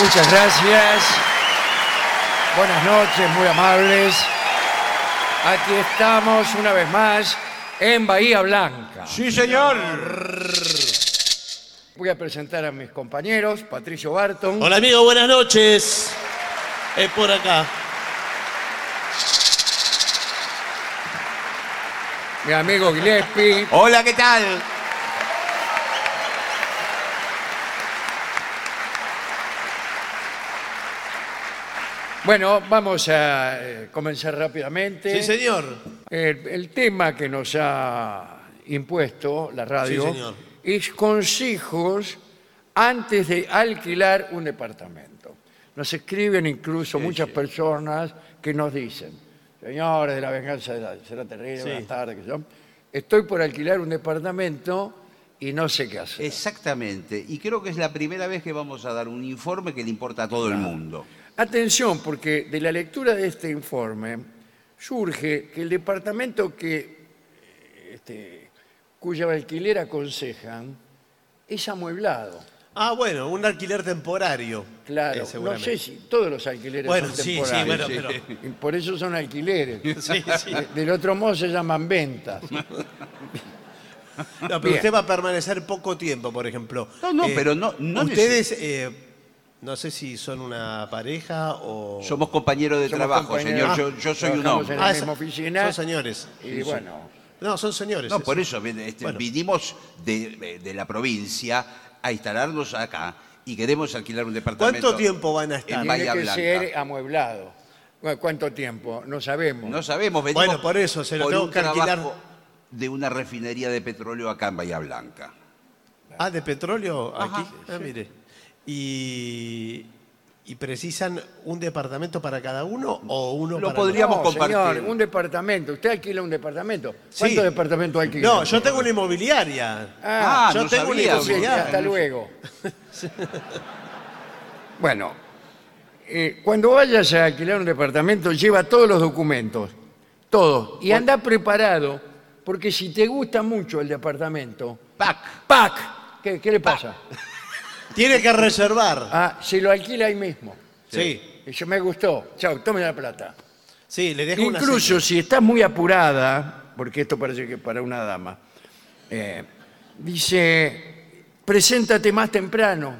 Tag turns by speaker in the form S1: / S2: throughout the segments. S1: Muchas gracias. Buenas noches, muy amables. Aquí estamos una vez más en Bahía Blanca.
S2: Sí, señor.
S1: Voy a presentar a mis compañeros, Patricio Barton,
S3: Hola amigo, buenas noches. Es por acá.
S1: mi amigo Gillespie,
S2: Hola, ¿qué tal?
S1: Bueno, vamos a eh, comenzar rápidamente.
S3: Sí, señor.
S1: el, el tema que nos ha impuesto la radio
S3: Sí, señor.
S1: es consejos antes de alquilar un departamento. Nos escriben incluso muchas personas que nos dicen, señores de la venganza de la- será terrible,
S3: Sí.
S1: buenas tardes, que son, estoy por alquilar un departamento y no sé qué hacer.
S2: Exactamente. Y creo que es la primera vez que vamos a dar un informe que le importa a todo el mundo.
S1: Atención, porque de la lectura de este informe surge que el departamento que, eh, este, cuya alquiler aconsejan es amueblado.
S3: Ah, bueno, un alquiler temporario.
S1: Claro,
S3: Eh,
S1: no
S3: seguramente.
S1: sé si todos los alquileres
S3: Bueno,
S1: son
S3: sí, sí, bueno,
S1: temporarios.
S3: pero.
S1: Y Por eso son alquileres.
S3: Sí, sí.
S1: De- Del otro modo se llaman ventas.
S3: No, pero
S1: Bien.
S3: usted va a permanecer poco tiempo, por ejemplo. Eh,
S2: No, no, pero no- no
S3: Ustedes, eh, no sé si son una pareja o.
S2: Somos compañeros de
S1: Somos
S2: trabajo,
S1: compañeros. Ah,
S2: señor. Yo, yo soy un
S1: Trabajamos
S2: hombre.
S1: en la
S3: es-
S1: misma oficina.
S3: Son señores.
S1: Y bueno,
S3: No, son señores.
S2: No, por eso bien, este,
S3: Bueno.
S2: vinimos de, de la provincia a instalarnos acá y queremos alquilar un departamento.
S3: ¿Cuánto tiempo van a estar?
S2: En
S1: tiene
S2: Bahía
S1: que
S2: Blanca.
S1: ser amueblado. Bueno, ¿Cuánto tiempo? No sabemos.
S2: No sabemos, venimos
S3: Bueno, por eso, se lo
S2: por
S3: tengo
S2: un
S3: que alquilar.
S2: trabajo de una refinería de petróleo acá en Bahía Blanca.
S3: Ah, de petróleo
S2: Ajá.
S3: aquí. Ah, mire. Y. ¿Y precisan un departamento para cada uno o uno
S2: Lo
S3: para
S2: podría- podríamos
S1: No, señor,
S2: compartir.
S1: un departamento. Usted alquila un departamento.
S3: Sí.
S1: ¿Cuántos departamentos alquila?
S3: No, yo tengo una inmobiliaria.
S1: Ah,
S2: Ah,
S3: yo
S2: no
S3: tengo una
S2: sabía.
S1: sí,
S3: inmobiliaria.
S1: hasta luego. bueno, eh, cuando vayas a alquilar un departamento, lleva todos los documentos. Todos. Y anda preparado, porque si te gusta mucho el departamento,
S2: ¡Pac!
S1: ¡pac! ¿Qué, qué le pasa?
S3: Tiene que reservar.
S1: Ah, se lo alquila ahí mismo.
S3: Sí,
S1: Y yo me gustó. Chau, tome la plata.
S3: sí, le dejo una
S1: Incluso
S3: señal.
S1: si estás muy apurada, porque esto parece que para una dama, eh, dice, preséntate más temprano,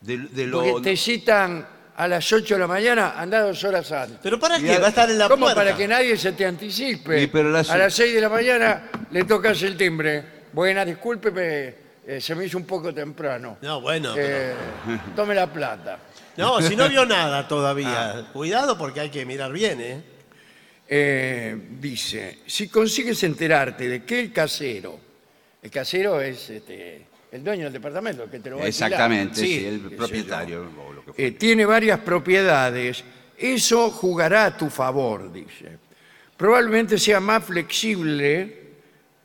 S2: De, de lo,
S1: porque te citan a las 8 de la mañana, andá dos horas antes.
S3: ¿Pero para qué? Va a estar en la
S1: ¿Cómo
S3: puerta.
S1: para que nadie se te anticipe?
S2: Y pero las-
S1: A las 6 de la mañana le tocas el timbre. Buena, discúlpeme, eh, se me hizo un poco temprano.
S3: No, bueno.
S1: Eh, tome la plata.
S3: pero- No, si no vio nada todavía.
S1: Ah.
S3: Cuidado porque hay que mirar bien, ¿eh?
S1: Eh, dice, si consigues enterarte de que el casero, el casero es este, el dueño del departamento, el que te lo va a alquilar,
S2: Exactamente,
S3: Sí,
S2: sí, el
S1: qué sé
S2: propietario. o lo que fuera.
S1: eh, tiene varias propiedades, eso jugará a tu favor, dice. Probablemente sea más flexible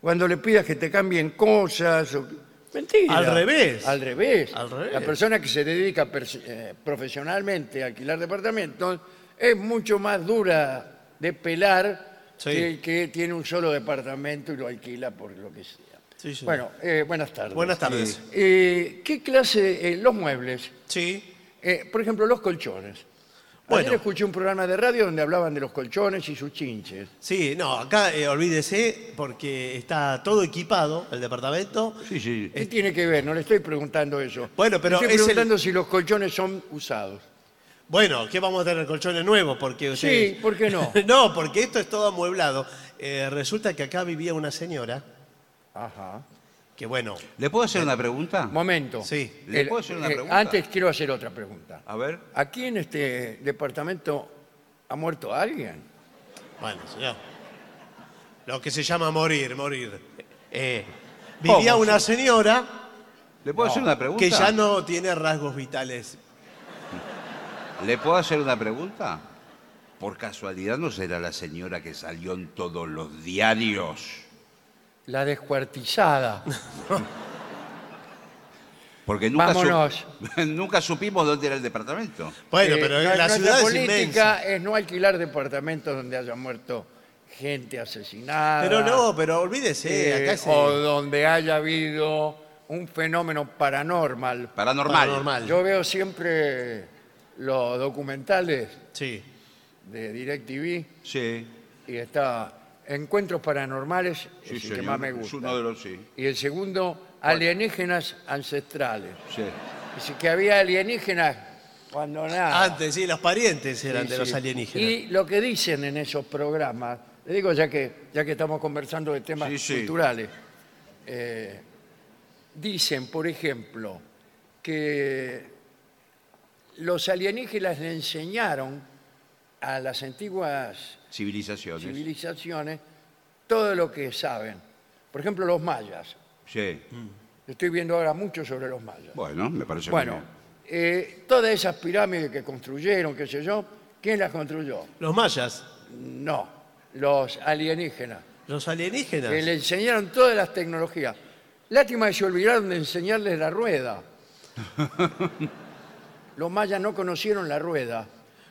S1: cuando le pidas que te cambien cosas. o- Mentira.
S3: Al revés.
S1: Al revés.
S3: Al revés.
S1: La persona que se dedica pers- eh, profesionalmente a alquilar departamentos es mucho más dura de pelar
S3: Sí.
S1: que el que tiene un solo departamento y lo alquila por lo que sea.
S3: Sí, sí.
S1: Bueno, eh, buenas tardes.
S3: Buenas tardes.
S1: Eh, ¿Qué clase, eh, los muebles?
S3: Sí.
S1: Eh, por ejemplo, los colchones.
S3: Bueno.
S1: Ayer escuché un programa de radio donde hablaban de los colchones y sus chinches.
S3: Sí, no, acá eh, olvídese porque está todo equipado el departamento.
S2: Sí, sí.
S1: ¿Qué tiene que ver? No le estoy preguntando eso.
S3: Eh. Bueno, pero
S1: estoy
S3: es el-
S1: preguntando si los colchones son usados.
S3: Bueno, ¿qué vamos a tener colchones nuevos? Porque ustedes-
S1: ¿por qué no?
S3: no, porque esto es todo amueblado. Eh, resulta que acá vivía una señora
S1: Ajá.
S3: que, bueno,
S2: ¿Le puedo
S3: Eh,
S2: hacer una pregunta?
S1: Momento. eh,
S3: Sí.
S2: ¿Le puedo hacer una pregunta?
S1: Antes quiero hacer otra pregunta.
S2: A ver.
S1: ¿Aquí en este departamento ha muerto alguien?
S3: bueno, señor. Lo que se llama morir, morir. Eh, vivía
S2: ¿Cómo?
S3: una señora
S2: ¿Le puedo hacer una pregunta?
S3: que ya no tiene rasgos vitales.
S2: ¿Le puedo hacer una pregunta? Por casualidad no será la señora que salió en todos los diarios.
S4: La descuartizada.
S2: Porque nunca, sup-
S4: Vámonos.
S2: nunca supimos dónde era el departamento.
S3: Bueno,
S4: Eh,
S3: pero
S4: la,
S3: la
S4: nuestra
S3: ciudad es
S4: política
S3: inmensa.
S4: es no alquilar departamentos donde haya muerto gente asesinada.
S3: Pero no, pero olvídese,
S4: eh,
S3: acá es
S4: O donde haya habido un fenómeno paranormal.
S2: Paranormal.
S3: Paranormal.
S4: Yo veo siempre los documentales
S3: Sí.
S4: de DirecTV
S2: Sí.
S4: y está Encuentros Paranormales, es
S2: Sí,
S4: el que
S2: señor.
S4: más me
S2: Es
S4: gusta.
S2: uno de los- sí.
S4: Y el segundo, Alienígenas Ancestrales.
S2: Sí.
S4: Dice que había alienígenas cuando nada.
S2: Ah,
S3: Antes, sí, los parientes eran
S4: Ah. Sí,
S3: de
S4: sí.
S3: los alienígenas.
S4: Y lo que dicen en esos programas, le digo ya que, ya que estamos conversando de temas
S2: Sí, sí.
S4: culturales, eh, dicen, por ejemplo, que los alienígenas le enseñaron a las antiguas
S2: Civilizaciones.
S4: civilizaciones todo lo que saben. Por ejemplo, los mayas.
S2: Sí.
S4: Estoy viendo ahora mucho sobre los mayas.
S2: Bueno, me parece
S4: Bueno,
S2: muy bien.
S4: eh, todas esas pirámides que construyeron, qué sé yo, ¿quién las construyó?
S3: Los mayas,
S4: No, los alienígenas,
S3: los alienígenas.
S4: que le enseñaron todas las tecnologías. Lástima que se olvidaron de enseñarles la rueda. Los mayas no conocieron la rueda.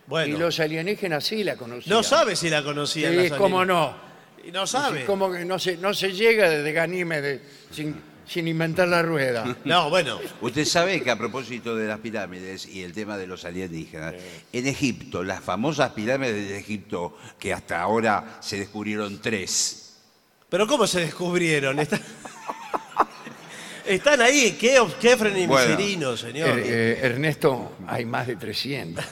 S3: Bueno.
S4: Y los alienígenas sí la conocían.
S3: No sabe si la conocían.
S4: Sí,
S3: las
S4: cómo
S3: alienígenas.
S4: no.
S3: Y no sabe.
S4: Como que no se, no se llega desde Ganímedes sin, sin inventar la rueda.
S3: No, bueno.
S2: Usted sabe que a propósito de las pirámides y el tema de los alienígenas, en Egipto, las famosas pirámides de Egipto, que hasta ahora se descubrieron tres.
S3: Pero ¿cómo se descubrieron? Está- Están ahí, qué, ob- qué
S2: Bueno.
S3: frenimiserino, señor.
S4: Eh, eh, Ernesto, hay más de 300.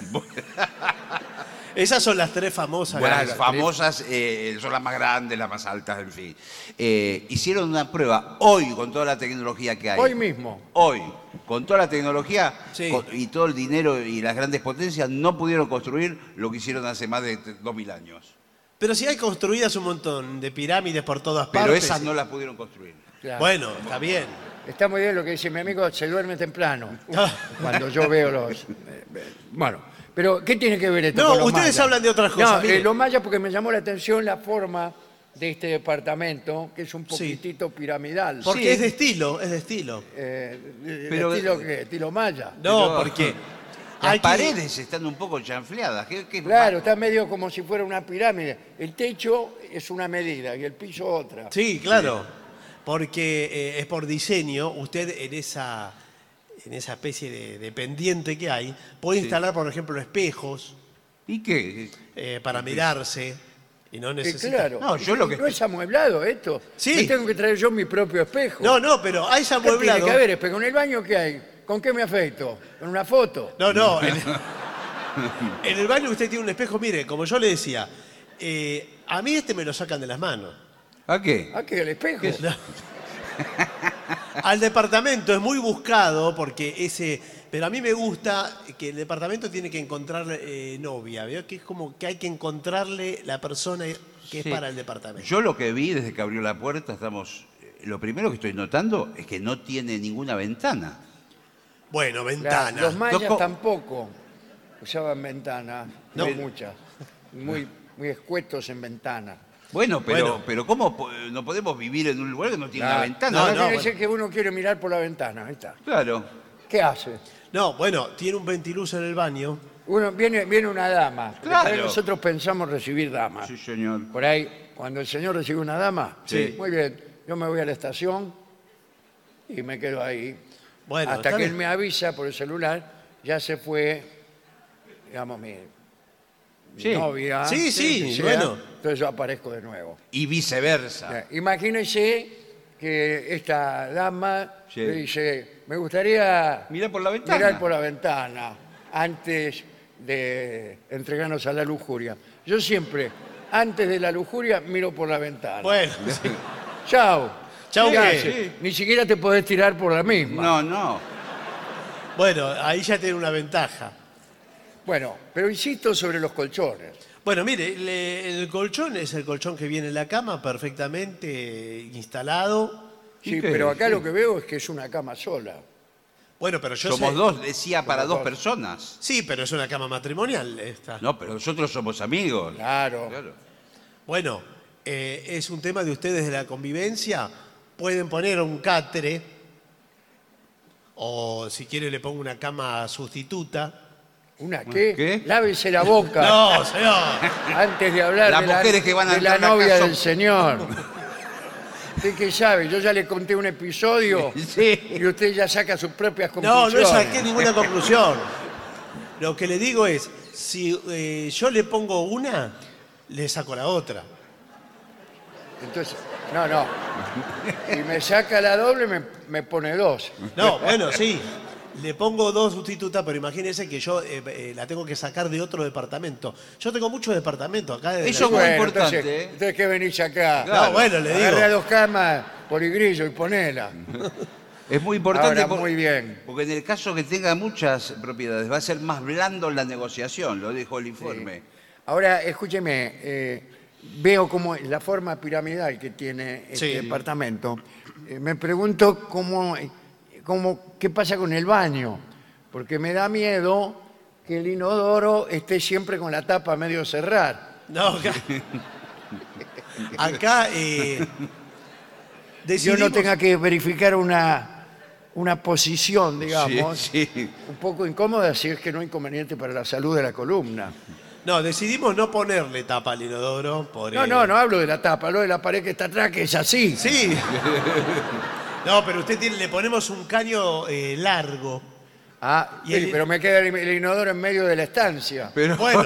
S3: Esas son las tres famosas.
S2: Bueno,
S3: Claro.
S2: las famosas eh, son las más grandes, las más altas, en fin. Eh, hicieron una prueba hoy con toda la tecnología que hay.
S4: Hoy mismo.
S2: Hoy, con toda la tecnología
S3: Sí.
S2: con- y todo el dinero y las grandes potencias, no pudieron construir lo que hicieron hace más de t- 2000 años.
S3: Pero si hay construidas un montón de pirámides por todas
S2: Pero
S3: partes.
S2: esas no las pudieron construir.
S4: Claro.
S3: Bueno, está bien.
S4: Está muy bien lo que dice mi amigo, se duerme temprano.
S3: Ah.
S4: cuando yo veo los. eh, Bueno, pero ¿qué tiene que ver esto?
S3: No,
S4: con los
S3: ustedes
S4: mayas?
S3: hablan de otras cosas,
S4: No,
S3: mire.
S4: eh, los mayas porque me llamó la atención la forma de este departamento, que es un poquitito piramidal.
S3: Porque
S2: Sí.
S3: es de estilo, es de estilo.
S4: Eh, de- de
S2: Pero-
S4: estilo, que- estilo maya.
S3: No,
S2: Pero-
S3: porque
S2: Las
S3: aquí-
S2: paredes están un poco chanfleadas. ¿Qué- qué-
S4: Claro, está medio como si fuera una pirámide. El techo es una medida y el piso otra.
S3: Sí, claro. Porque eh, es por diseño, usted en esa, en esa especie de, de pendiente que hay, puede instalar, por ejemplo, espejos
S2: ¿Y qué?
S3: eh, para mirarse y no
S4: Eh,
S3: necesita.
S4: claro.
S2: No, yo lo que-
S4: No es amueblado esto.
S3: Sí.
S4: Me tengo que traer yo mi propio espejo.
S3: No, no, pero hay esa
S4: ¿Qué tiene
S3: amueblado.
S4: que haber espejo? ¿En el baño qué hay? ¿Con qué me afecto? ¿Con una foto?
S3: No, no. En, en el baño usted tiene un espejo, mire, como yo le decía, eh, a mí este me lo sacan de las manos.
S2: ¿A qué?
S4: Ah, que el espejo.
S3: No. Al departamento es muy buscado porque ese. Pero a mí me gusta que el departamento tiene que encontrar eh, novia, ¿veo? Que es como que hay que encontrarle la persona que
S2: Sí.
S3: es para el departamento.
S2: Yo lo que vi desde que abrió la puerta, estamos. eh, Lo primero que estoy notando es que no tiene ninguna ventana.
S3: Bueno,
S4: Claro,
S3: ventana.
S4: los mayas
S2: Loco.
S4: tampoco usaban ventanas, no,
S3: No.
S4: muchas, muy, muy escuetos en ventanas.
S2: Bueno, pero,
S3: Bueno.
S2: pero ¿cómo po- no podemos vivir en un lugar que no tiene
S4: Claro.
S2: una ventana?
S3: No,
S4: Ahora
S3: no,
S4: quiere
S3: bueno.
S4: decir que uno quiere mirar por la ventana, ahí está.
S2: Claro.
S4: ¿Qué hace?
S3: No, bueno, tiene un ventiluz en el baño.
S4: Uno viene, viene una dama. porque por ahí
S2: Claro.
S4: Nosotros pensamos recibir damas.
S2: Sí, señor.
S4: Por ahí, cuando el señor recibe una dama,
S2: Sí.
S4: muy bien, yo me voy a la estación y me quedo ahí.
S3: Bueno,
S4: Hasta
S3: está
S4: que él
S3: bien.
S4: me avisa por el celular, ya se fue, digamos, mi, mi
S2: Sí.
S4: novia.
S3: Sí, sí,
S4: lo que
S3: bueno.
S4: Entonces yo aparezco de nuevo.
S2: Y viceversa.
S4: Imagínense que esta dama
S2: Sí.
S4: le dice, me gustaría
S2: Mira por la ventana.
S4: mirar por la ventana antes de entregarnos a la lujuria. Yo siempre, antes de la lujuria, miro por la ventana.
S3: Bueno, sí.
S4: Chao.
S3: Chau,
S4: ¿Qué
S3: ¿qué?
S4: haces?
S2: Sí.
S4: Ni siquiera te podés tirar por la misma.
S2: No, no.
S3: bueno, ahí ya tiene una ventaja.
S4: Bueno, pero insisto sobre los colchones.
S3: Bueno, mire, le- el colchón es el colchón que viene en la cama perfectamente instalado.
S4: Sí,
S2: qué?
S4: pero acá lo que veo es que es una cama sola.
S3: Bueno, pero yo
S2: Somos
S3: sé-
S2: dos, decía, para
S4: Somos
S2: dos
S4: dos.
S2: personas.
S3: Sí, pero es una cama matrimonial esta.
S2: No, pero nosotros somos amigos.
S4: Claro.
S2: Claro.
S3: Bueno, eh, es un tema de ustedes de la convivencia. Pueden poner un catre o si quiere le pongo una cama sustituta.
S4: ¿Una qué?
S2: ¿Qué?
S4: Lávese la boca
S3: No, señor.
S4: antes de hablar
S2: Las
S4: de, la,
S2: mujeres que van a
S4: de la
S2: entrar acá
S4: novia
S2: son-
S4: del señor. ¿Usted qué sabe? Yo ya le conté un episodio
S2: Sí.
S4: y usted ya saca sus propias
S3: No,
S4: conclusiones.
S3: no saqué ninguna conclusión. Lo que le digo es, si eh, yo le pongo una, le saco la otra.
S4: Entonces, no, no. Si me saca la doble, me, me pone dos.
S3: No, bueno, sí. Le pongo dos sustitutas, pero imagínense que yo eh, eh, la tengo que sacar de otro departamento. Yo tengo muchos departamentos acá. de la
S2: Eso
S3: ciudad.
S2: muy importante,
S4: Entonces,
S2: ¿eh?
S4: entonces, ¿qué venís acá?
S2: Claro.
S3: No, bueno, le digo.
S4: Agarrá dos camas, poligrillo y ponela.
S2: Es muy importante.
S4: Ahora, muy bien.
S2: Porque en el caso que tenga muchas propiedades, va a ser más blando la negociación, lo dijo el informe.
S4: Ahora, escúcheme, eh, veo como la forma piramidal que tiene este
S3: Sí.
S4: departamento. Eh, me pregunto cómo, eh, cómo, qué pasa con el baño, porque me da miedo que el inodoro esté siempre con la tapa a medio cerrar.
S3: No, acá. acá eh,
S4: Yo no
S3: decidimos-
S4: tenga que verificar una, una posición, digamos,
S2: Sí, sí.
S4: un poco incómoda si es que no es inconveniente para la salud de la columna.
S3: No, decidimos no ponerle tapa al inodoro. Por,
S4: No,
S3: eh,
S4: no, no hablo de la tapa, hablo de la pared que está atrás, que es así.
S3: Sí. No, pero usted tiene- le ponemos un caño eh, largo.
S4: Ah,
S3: Y
S4: sí,
S3: el-
S4: pero me queda el, el inodoro en medio de la estancia.
S2: Pero
S3: Bueno,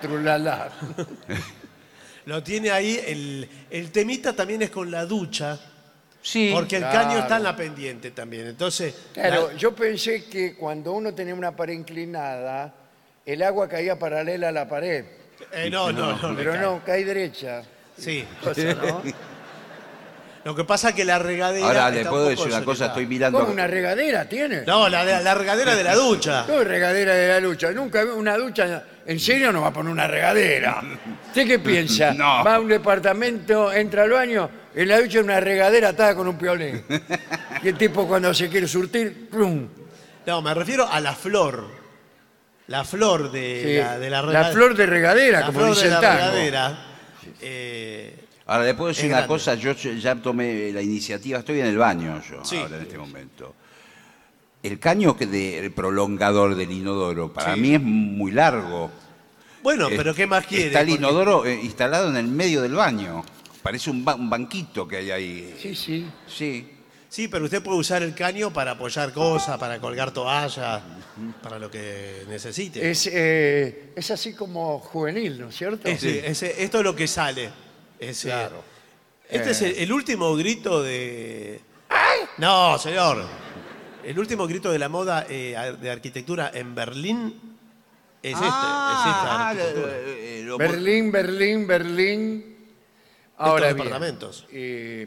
S4: Trulalá.
S3: lo tiene ahí. El, el temita también es con la ducha,
S2: sí,
S3: porque el
S4: claro.
S3: caño está en la pendiente también. Entonces, eh,
S4: Claro, yo pensé que cuando uno tenía una pared inclinada, el agua caía paralela a la pared,
S3: la- eh, no, no, no. le
S4: pero
S3: cae.
S4: no, cae derecha.
S3: Sí.
S4: Cosa, ¿no?
S3: Lo que pasa es que la regadera.
S2: ahora le
S3: está un
S2: puedo
S3: poco
S2: decir una cosa,
S3: desordenada.
S2: estoy mirando.
S4: ¿Cómo una regadera tiene?
S3: No, la, de- la regadera de la ducha.
S4: No, regadera de la ducha. Nunca vi una ducha. ¿En serio no va a poner una regadera? ¿Usted qué piensa?
S2: No.
S4: Va a un departamento, entra al baño, en la ducha hay una regadera atada con un piolín. Y el tipo cuando se quiere surtir, ¡plum!
S3: No, me refiero a la flor. La flor de,
S4: Sí.
S3: la, de Eh, la rega-
S4: flor de regadera,
S3: la
S4: como
S3: flor de
S4: dice el
S3: la
S4: tango.
S3: regadera. Eh,
S2: Ahora, le puedo decir
S3: Es
S2: una
S3: grande.
S2: cosa, yo ya tomé la iniciativa, estoy en el baño yo
S3: Sí.
S2: ahora en este momento. El caño que de- el prolongador del inodoro para
S3: Sí.
S2: mí es muy largo.
S3: bueno,
S2: Eh,
S3: pero ¿qué más quiere?
S2: Está el
S3: Porque-
S2: inodoro eh, instalado en el medio del baño. Parece un, ba- un banquito que hay ahí.
S4: Sí, sí.
S2: Sí.
S3: Sí, pero usted puede usar el caño para apoyar cosas, para colgar toallas, para lo que necesite.
S4: Es, eh, es así como juvenil, ¿no es cierto?
S3: Ese- ese- esto es lo que sale. Ese-
S4: Claro.
S3: Este es el,
S2: Eh.
S3: el último grito de. No, señor. El último grito de la moda eh, ar- de arquitectura en Berlín es este.
S2: Ah,
S3: es esta arquitectura.
S2: eh, eh, lo-
S4: Berlín, Berlín, Berlín. Ahora bien,
S3: departamentos.
S4: eh,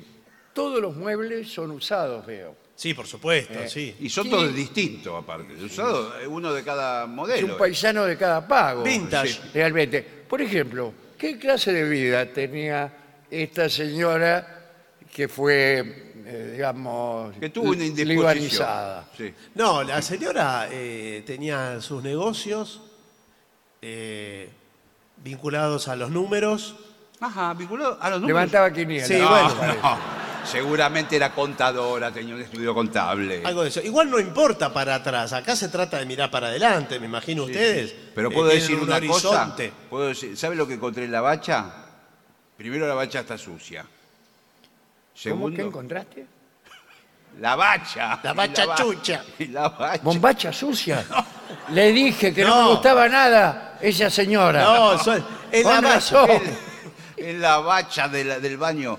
S4: todos los muebles son usados, veo.
S3: Sí, por supuesto, sí.
S2: eh, Y son todos distintos, aparte. Usado eh, uno de cada
S4: Es
S2: modelo.
S4: un paisano de cada pago.
S3: Vintage.
S4: Sí, Realmente. Por ejemplo, ¿qué clase de vida tenía esta señora que fue, eh, digamos,
S2: Que tuvo una
S4: li-
S2: indisposición.
S4: libanizada?
S2: Sí.
S3: No, la señora eh, tenía sus negocios eh, vinculados a los números.
S2: Ajá, vinculado ah, a los números.
S4: Levantaba quiniela.
S3: Sí,
S2: no,
S3: bueno,
S4: parece.
S2: no. Seguramente era contadora, tenía un estudio contable.
S3: Algo de eso. Igual no importa para atrás. Acá se trata de mirar para adelante, me imagino ustedes.
S2: Pero
S3: eh,
S2: puedo
S3: tienen
S2: decir
S3: un
S2: una
S3: horizonte.
S2: cosa. ¿Puedo decir, ¿Sabe lo que encontré en la bacha? Primero la bacha está sucia.
S4: ¿Cómo que
S2: Segundo,
S4: encontraste?
S2: la bacha.
S3: La bacha
S2: ba-
S3: chucha.
S2: y La bacha.
S4: Bombacha sucia. Le dije que no.
S3: No.
S4: me gustaba nada esa señora.
S3: No, soy- es la
S4: Con
S3: bacha.
S4: razón.
S2: En la bacha de la- del baño.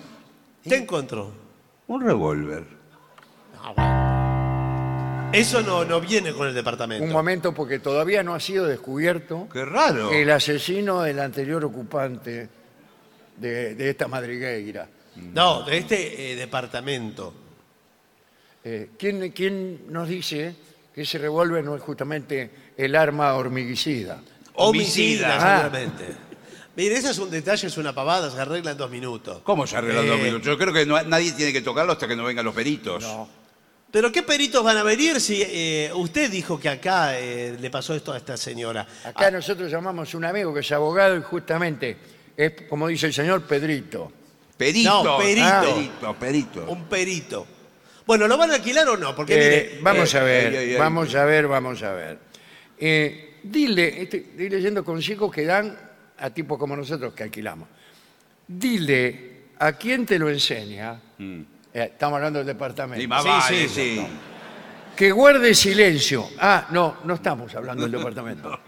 S3: Te encontró.
S2: Un revólver.
S3: Ah, bueno. Eso no, no viene con el departamento.
S4: Un momento, porque todavía no ha sido descubierto
S2: Qué raro.
S4: el asesino del anterior ocupante de, de esta madrigueira.
S3: No, de este eh, departamento.
S4: Eh, ¿quién, quién nos dice que ese revólver no es justamente el arma hormiguicida?
S2: Homicida.
S3: Homicida,
S4: Ah.
S3: seguramente. Mire, ese es un detalle, es una pavada, se arregla en dos minutos.
S2: ¿Cómo se arreglan
S3: Eh,
S2: dos minutos? Yo creo que no- nadie tiene que tocarlo hasta que no vengan los peritos.
S3: Pero ¿qué peritos van a venir si eh, usted dijo que acá eh, le pasó esto a esta señora?
S4: Acá nosotros llamamos a un amigo que es abogado y justamente es, como dice el señor, Pedrito.
S2: Perito.
S3: No, perito.
S2: Ah, perito, perito.
S3: Un perito. Bueno, ¿lo van a alquilar o no? Porque
S4: Eh,
S3: mire,
S4: vamos
S3: eh,
S4: a ver,
S2: ay, ay, ay.
S4: vamos a ver, vamos a ver. Eh, dile, este, estoy leyendo consejos que dan a tipos como nosotros que alquilamos. Dile a quién te lo enseña, eh, estamos hablando del departamento,
S2: Mm. Sí, más
S3: Sí, sí,
S2: vale, sí.
S4: que guarde silencio. Ah, no, no estamos hablando del departamento.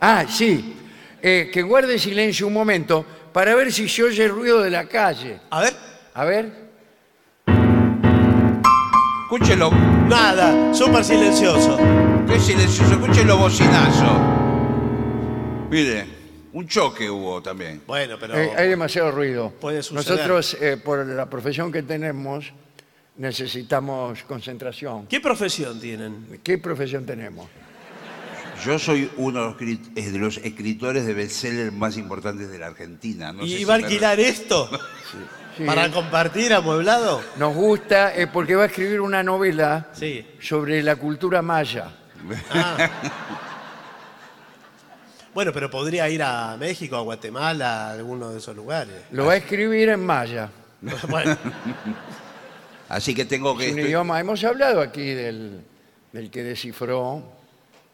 S4: Ah, sí, eh, que guarde silencio un momento para ver si se oye el ruido de la calle.
S3: A ver,
S4: A ver,
S2: Escúchelo.
S3: nada, súper silencioso.
S2: Qué silencioso. Escuchen los bocinazos. Mire, un choque hubo también.
S3: Bueno, pero...
S4: eh, hay demasiado ruido.
S3: Puede suceder.
S4: Nosotros, eh, por la profesión que tenemos, necesitamos concentración.
S3: ¿Qué profesión tienen?
S4: ¿Qué profesión tenemos?
S2: Yo soy uno de los, cri- eh, de los escritores de bestsellers más importantes de la Argentina. No sé
S3: ¿Y
S2: si
S3: va a
S2: me-
S3: alquilar esto?
S4: Sí.
S3: ¿Para compartir amueblado?
S4: Nos gusta eh, porque va a escribir una novela
S3: Sí. Ah.
S4: sobre la cultura maya.
S3: Bueno, pero podría ir a México, a Guatemala, a alguno de esos lugares.
S4: Lo va a escribir en maya,
S3: bueno,
S2: Así que tengo que...
S4: un
S2: estoy-
S4: idioma. Hemos hablado aquí del, del que descifró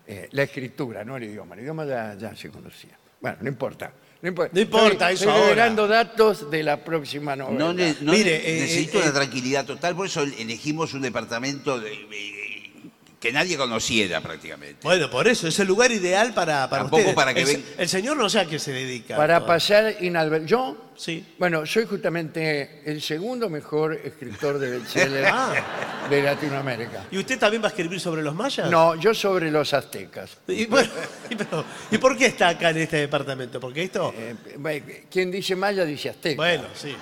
S4: eh, la escritura, no el idioma. El idioma ya, ya se conocía. Bueno, no importa. No importa,
S3: No importa,
S4: Estoy-
S3: eso
S4: estoy
S3: ahora.
S4: revelando datos de la próxima novela.
S2: No, ne- no
S3: Mire,
S2: ne-
S3: eh,
S2: necesito
S3: eh,
S2: una
S3: eh.
S2: tranquilidad total, por eso elegimos un departamento de- eh, que nadie conociera prácticamente.
S3: bueno, por eso, es el lugar ideal para, para
S2: Tampoco
S3: ustedes.
S2: para que
S3: el,
S2: ven-
S3: el señor no sé a qué se dedica.
S4: Para
S3: Todo.
S4: pasar inadvertido. Yo,
S3: Sí.
S4: bueno, soy justamente el segundo mejor escritor de bestsellers
S3: Ah.
S4: de Latinoamérica.
S3: ¿Y usted también va a escribir sobre los mayas?
S4: No, yo sobre los aztecas.
S3: Y, bueno, y, pero- ¿y por qué está acá en este departamento? Porque esto...
S4: Eh, eh, quien dice maya dice azteca.
S3: Bueno, sí.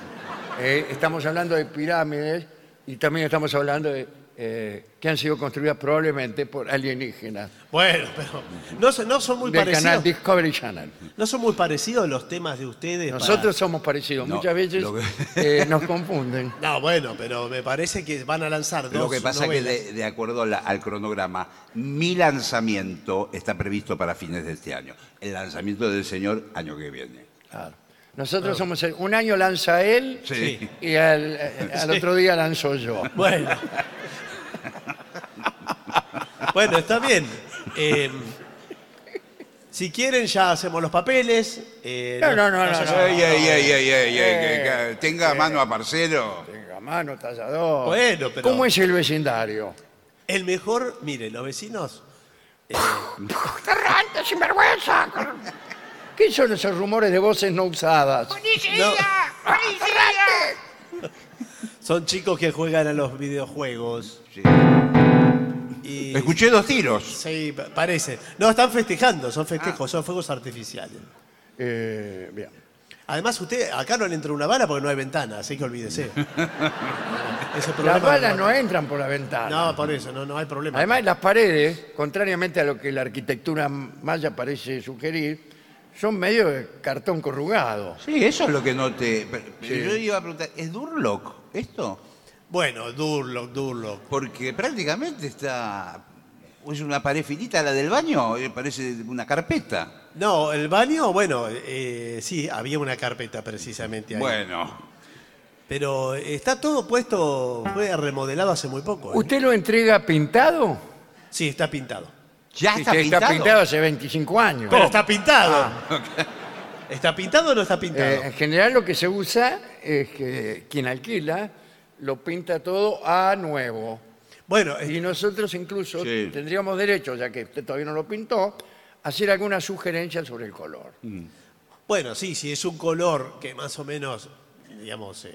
S4: Eh, estamos hablando de pirámides y también estamos hablando de eh, que han sido construidas probablemente por alienígenas
S3: Bueno, pero no, son- no son muy
S4: del canal
S3: parecidos.
S4: Discovery Channel.
S3: No son muy parecidos los temas de ustedes. para-
S4: Nosotros somos parecidos,
S2: No,
S4: muchas veces
S2: lo que-
S4: eh, nos confunden.
S3: No, bueno, pero me parece que van a lanzar dos
S2: Lo que pasa es que
S3: novelas.
S2: de, de acuerdo a la- al cronograma, mi lanzamiento está previsto para fines de este año. El lanzamiento del señor año que viene.
S4: Claro. Nosotros somos el- un año lanza él
S2: Sí.
S4: y al, eh, al otro día lanzo yo.
S3: Bueno. bueno, está bien. Eh, si quieren, ya hacemos los papeles. eh,
S4: No, no,
S3: nos-
S4: no,
S3: nos
S4: no,
S3: hacemos-
S2: Ey, ey, ey, ey, ey,
S4: Eh,
S2: ey, que- que tenga mano a parcero.
S4: Venga, mano, tallador.
S3: Bueno, pero-
S4: ¿Cómo es el vecindario?
S3: El mejor, mire, los vecinos.
S4: ¡Arrante, sinvergüenza! ¿Qué son esos rumores de voces no usadas?
S3: no, son chicos que juegan a los videojuegos.
S2: Sí.
S3: Y,
S2: Escuché dos tiros.
S3: Sí, pa- parece. No, están festejando, son festejos, son fuegos artificiales.
S4: Eh, bien.
S3: Además, usted acá no le entró una bala porque no hay ventana, así que olvídese. Ese problema
S4: Las balas
S3: no-
S4: no entran por la ventana.
S3: No, por eso, no, no hay problema.
S4: Además, las paredes, contrariamente a lo que la arquitectura maya parece sugerir, son medio de cartón corrugado.
S2: Sí, eso es lo que noté. Pero- pero Yo iba a preguntar, ¿es Durlock esto?
S3: Bueno, Durlock, Durlock.
S2: Porque prácticamente está... Es una pared finita la del baño, eh, parece una carpeta.
S3: No, el baño, bueno, eh, sí, había una carpeta precisamente ahí.
S2: Bueno,
S3: Pero está todo puesto, fue remodelado hace muy poco. ¿eh?
S4: ¿Usted lo entrega pintado?
S3: Sí, está pintado.
S2: ya
S4: Sí,
S2: está,
S4: que
S2: pintado.
S4: hace 25 años.
S3: Pero está pintado. ¿Está pintado o no está pintado?
S4: Ah, Eh, en general lo que se usa es que quien alquila lo pinta todo a nuevo.
S3: bueno, eh,
S4: Y nosotros incluso
S2: Sí.
S4: tendríamos derecho, ya que usted todavía no lo pintó, a hacer alguna sugerencia sobre el color.
S3: Bueno, sí, si es un color que más o menos, digamos, eh,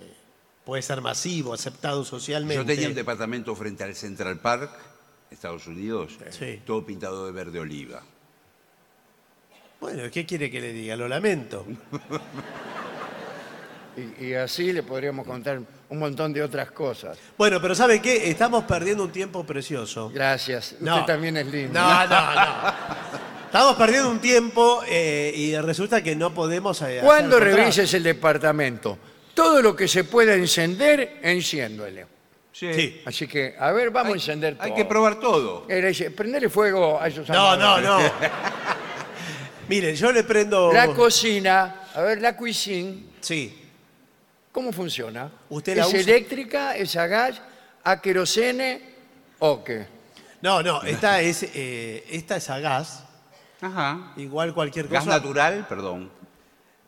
S3: puede ser masivo, aceptado socialmente.
S2: Yo tenía un departamento frente al Central Park, Estados Unidos,
S3: Sí.
S2: todo pintado de verde oliva.
S3: Bueno, ¿qué quiere que le diga? Lo lamento.
S4: Y, y así le podríamos contar un montón de otras cosas.
S3: Bueno, pero ¿sabe qué? Estamos perdiendo un tiempo precioso.
S4: Gracias.
S3: No.
S4: Usted también es lindo.
S3: No, no, no. Estamos perdiendo un tiempo eh, y resulta que no podemos. eh, hacer
S4: Cuando
S3: el contrato.
S4: revises el departamento, todo lo que se pueda encender, enciéndole.
S3: Sí.
S4: Así que, a ver, vamos a encender todo.
S2: Hay que probar todo.
S4: Él dice, prendele fuego a esos
S3: No, no,
S4: amadores".
S3: no. Mire, yo le prendo.
S4: La cocina, a ver, la cuisine,
S3: sí.
S4: ¿cómo funciona?
S3: Usted
S4: ¿Es
S3: la usa-
S4: eléctrica, es a gas, a querosene o qué?
S3: No, no, esta es, eh, esta es a gas,
S2: Ajá.
S3: igual cualquier cosa.
S2: Gas natural, perdón.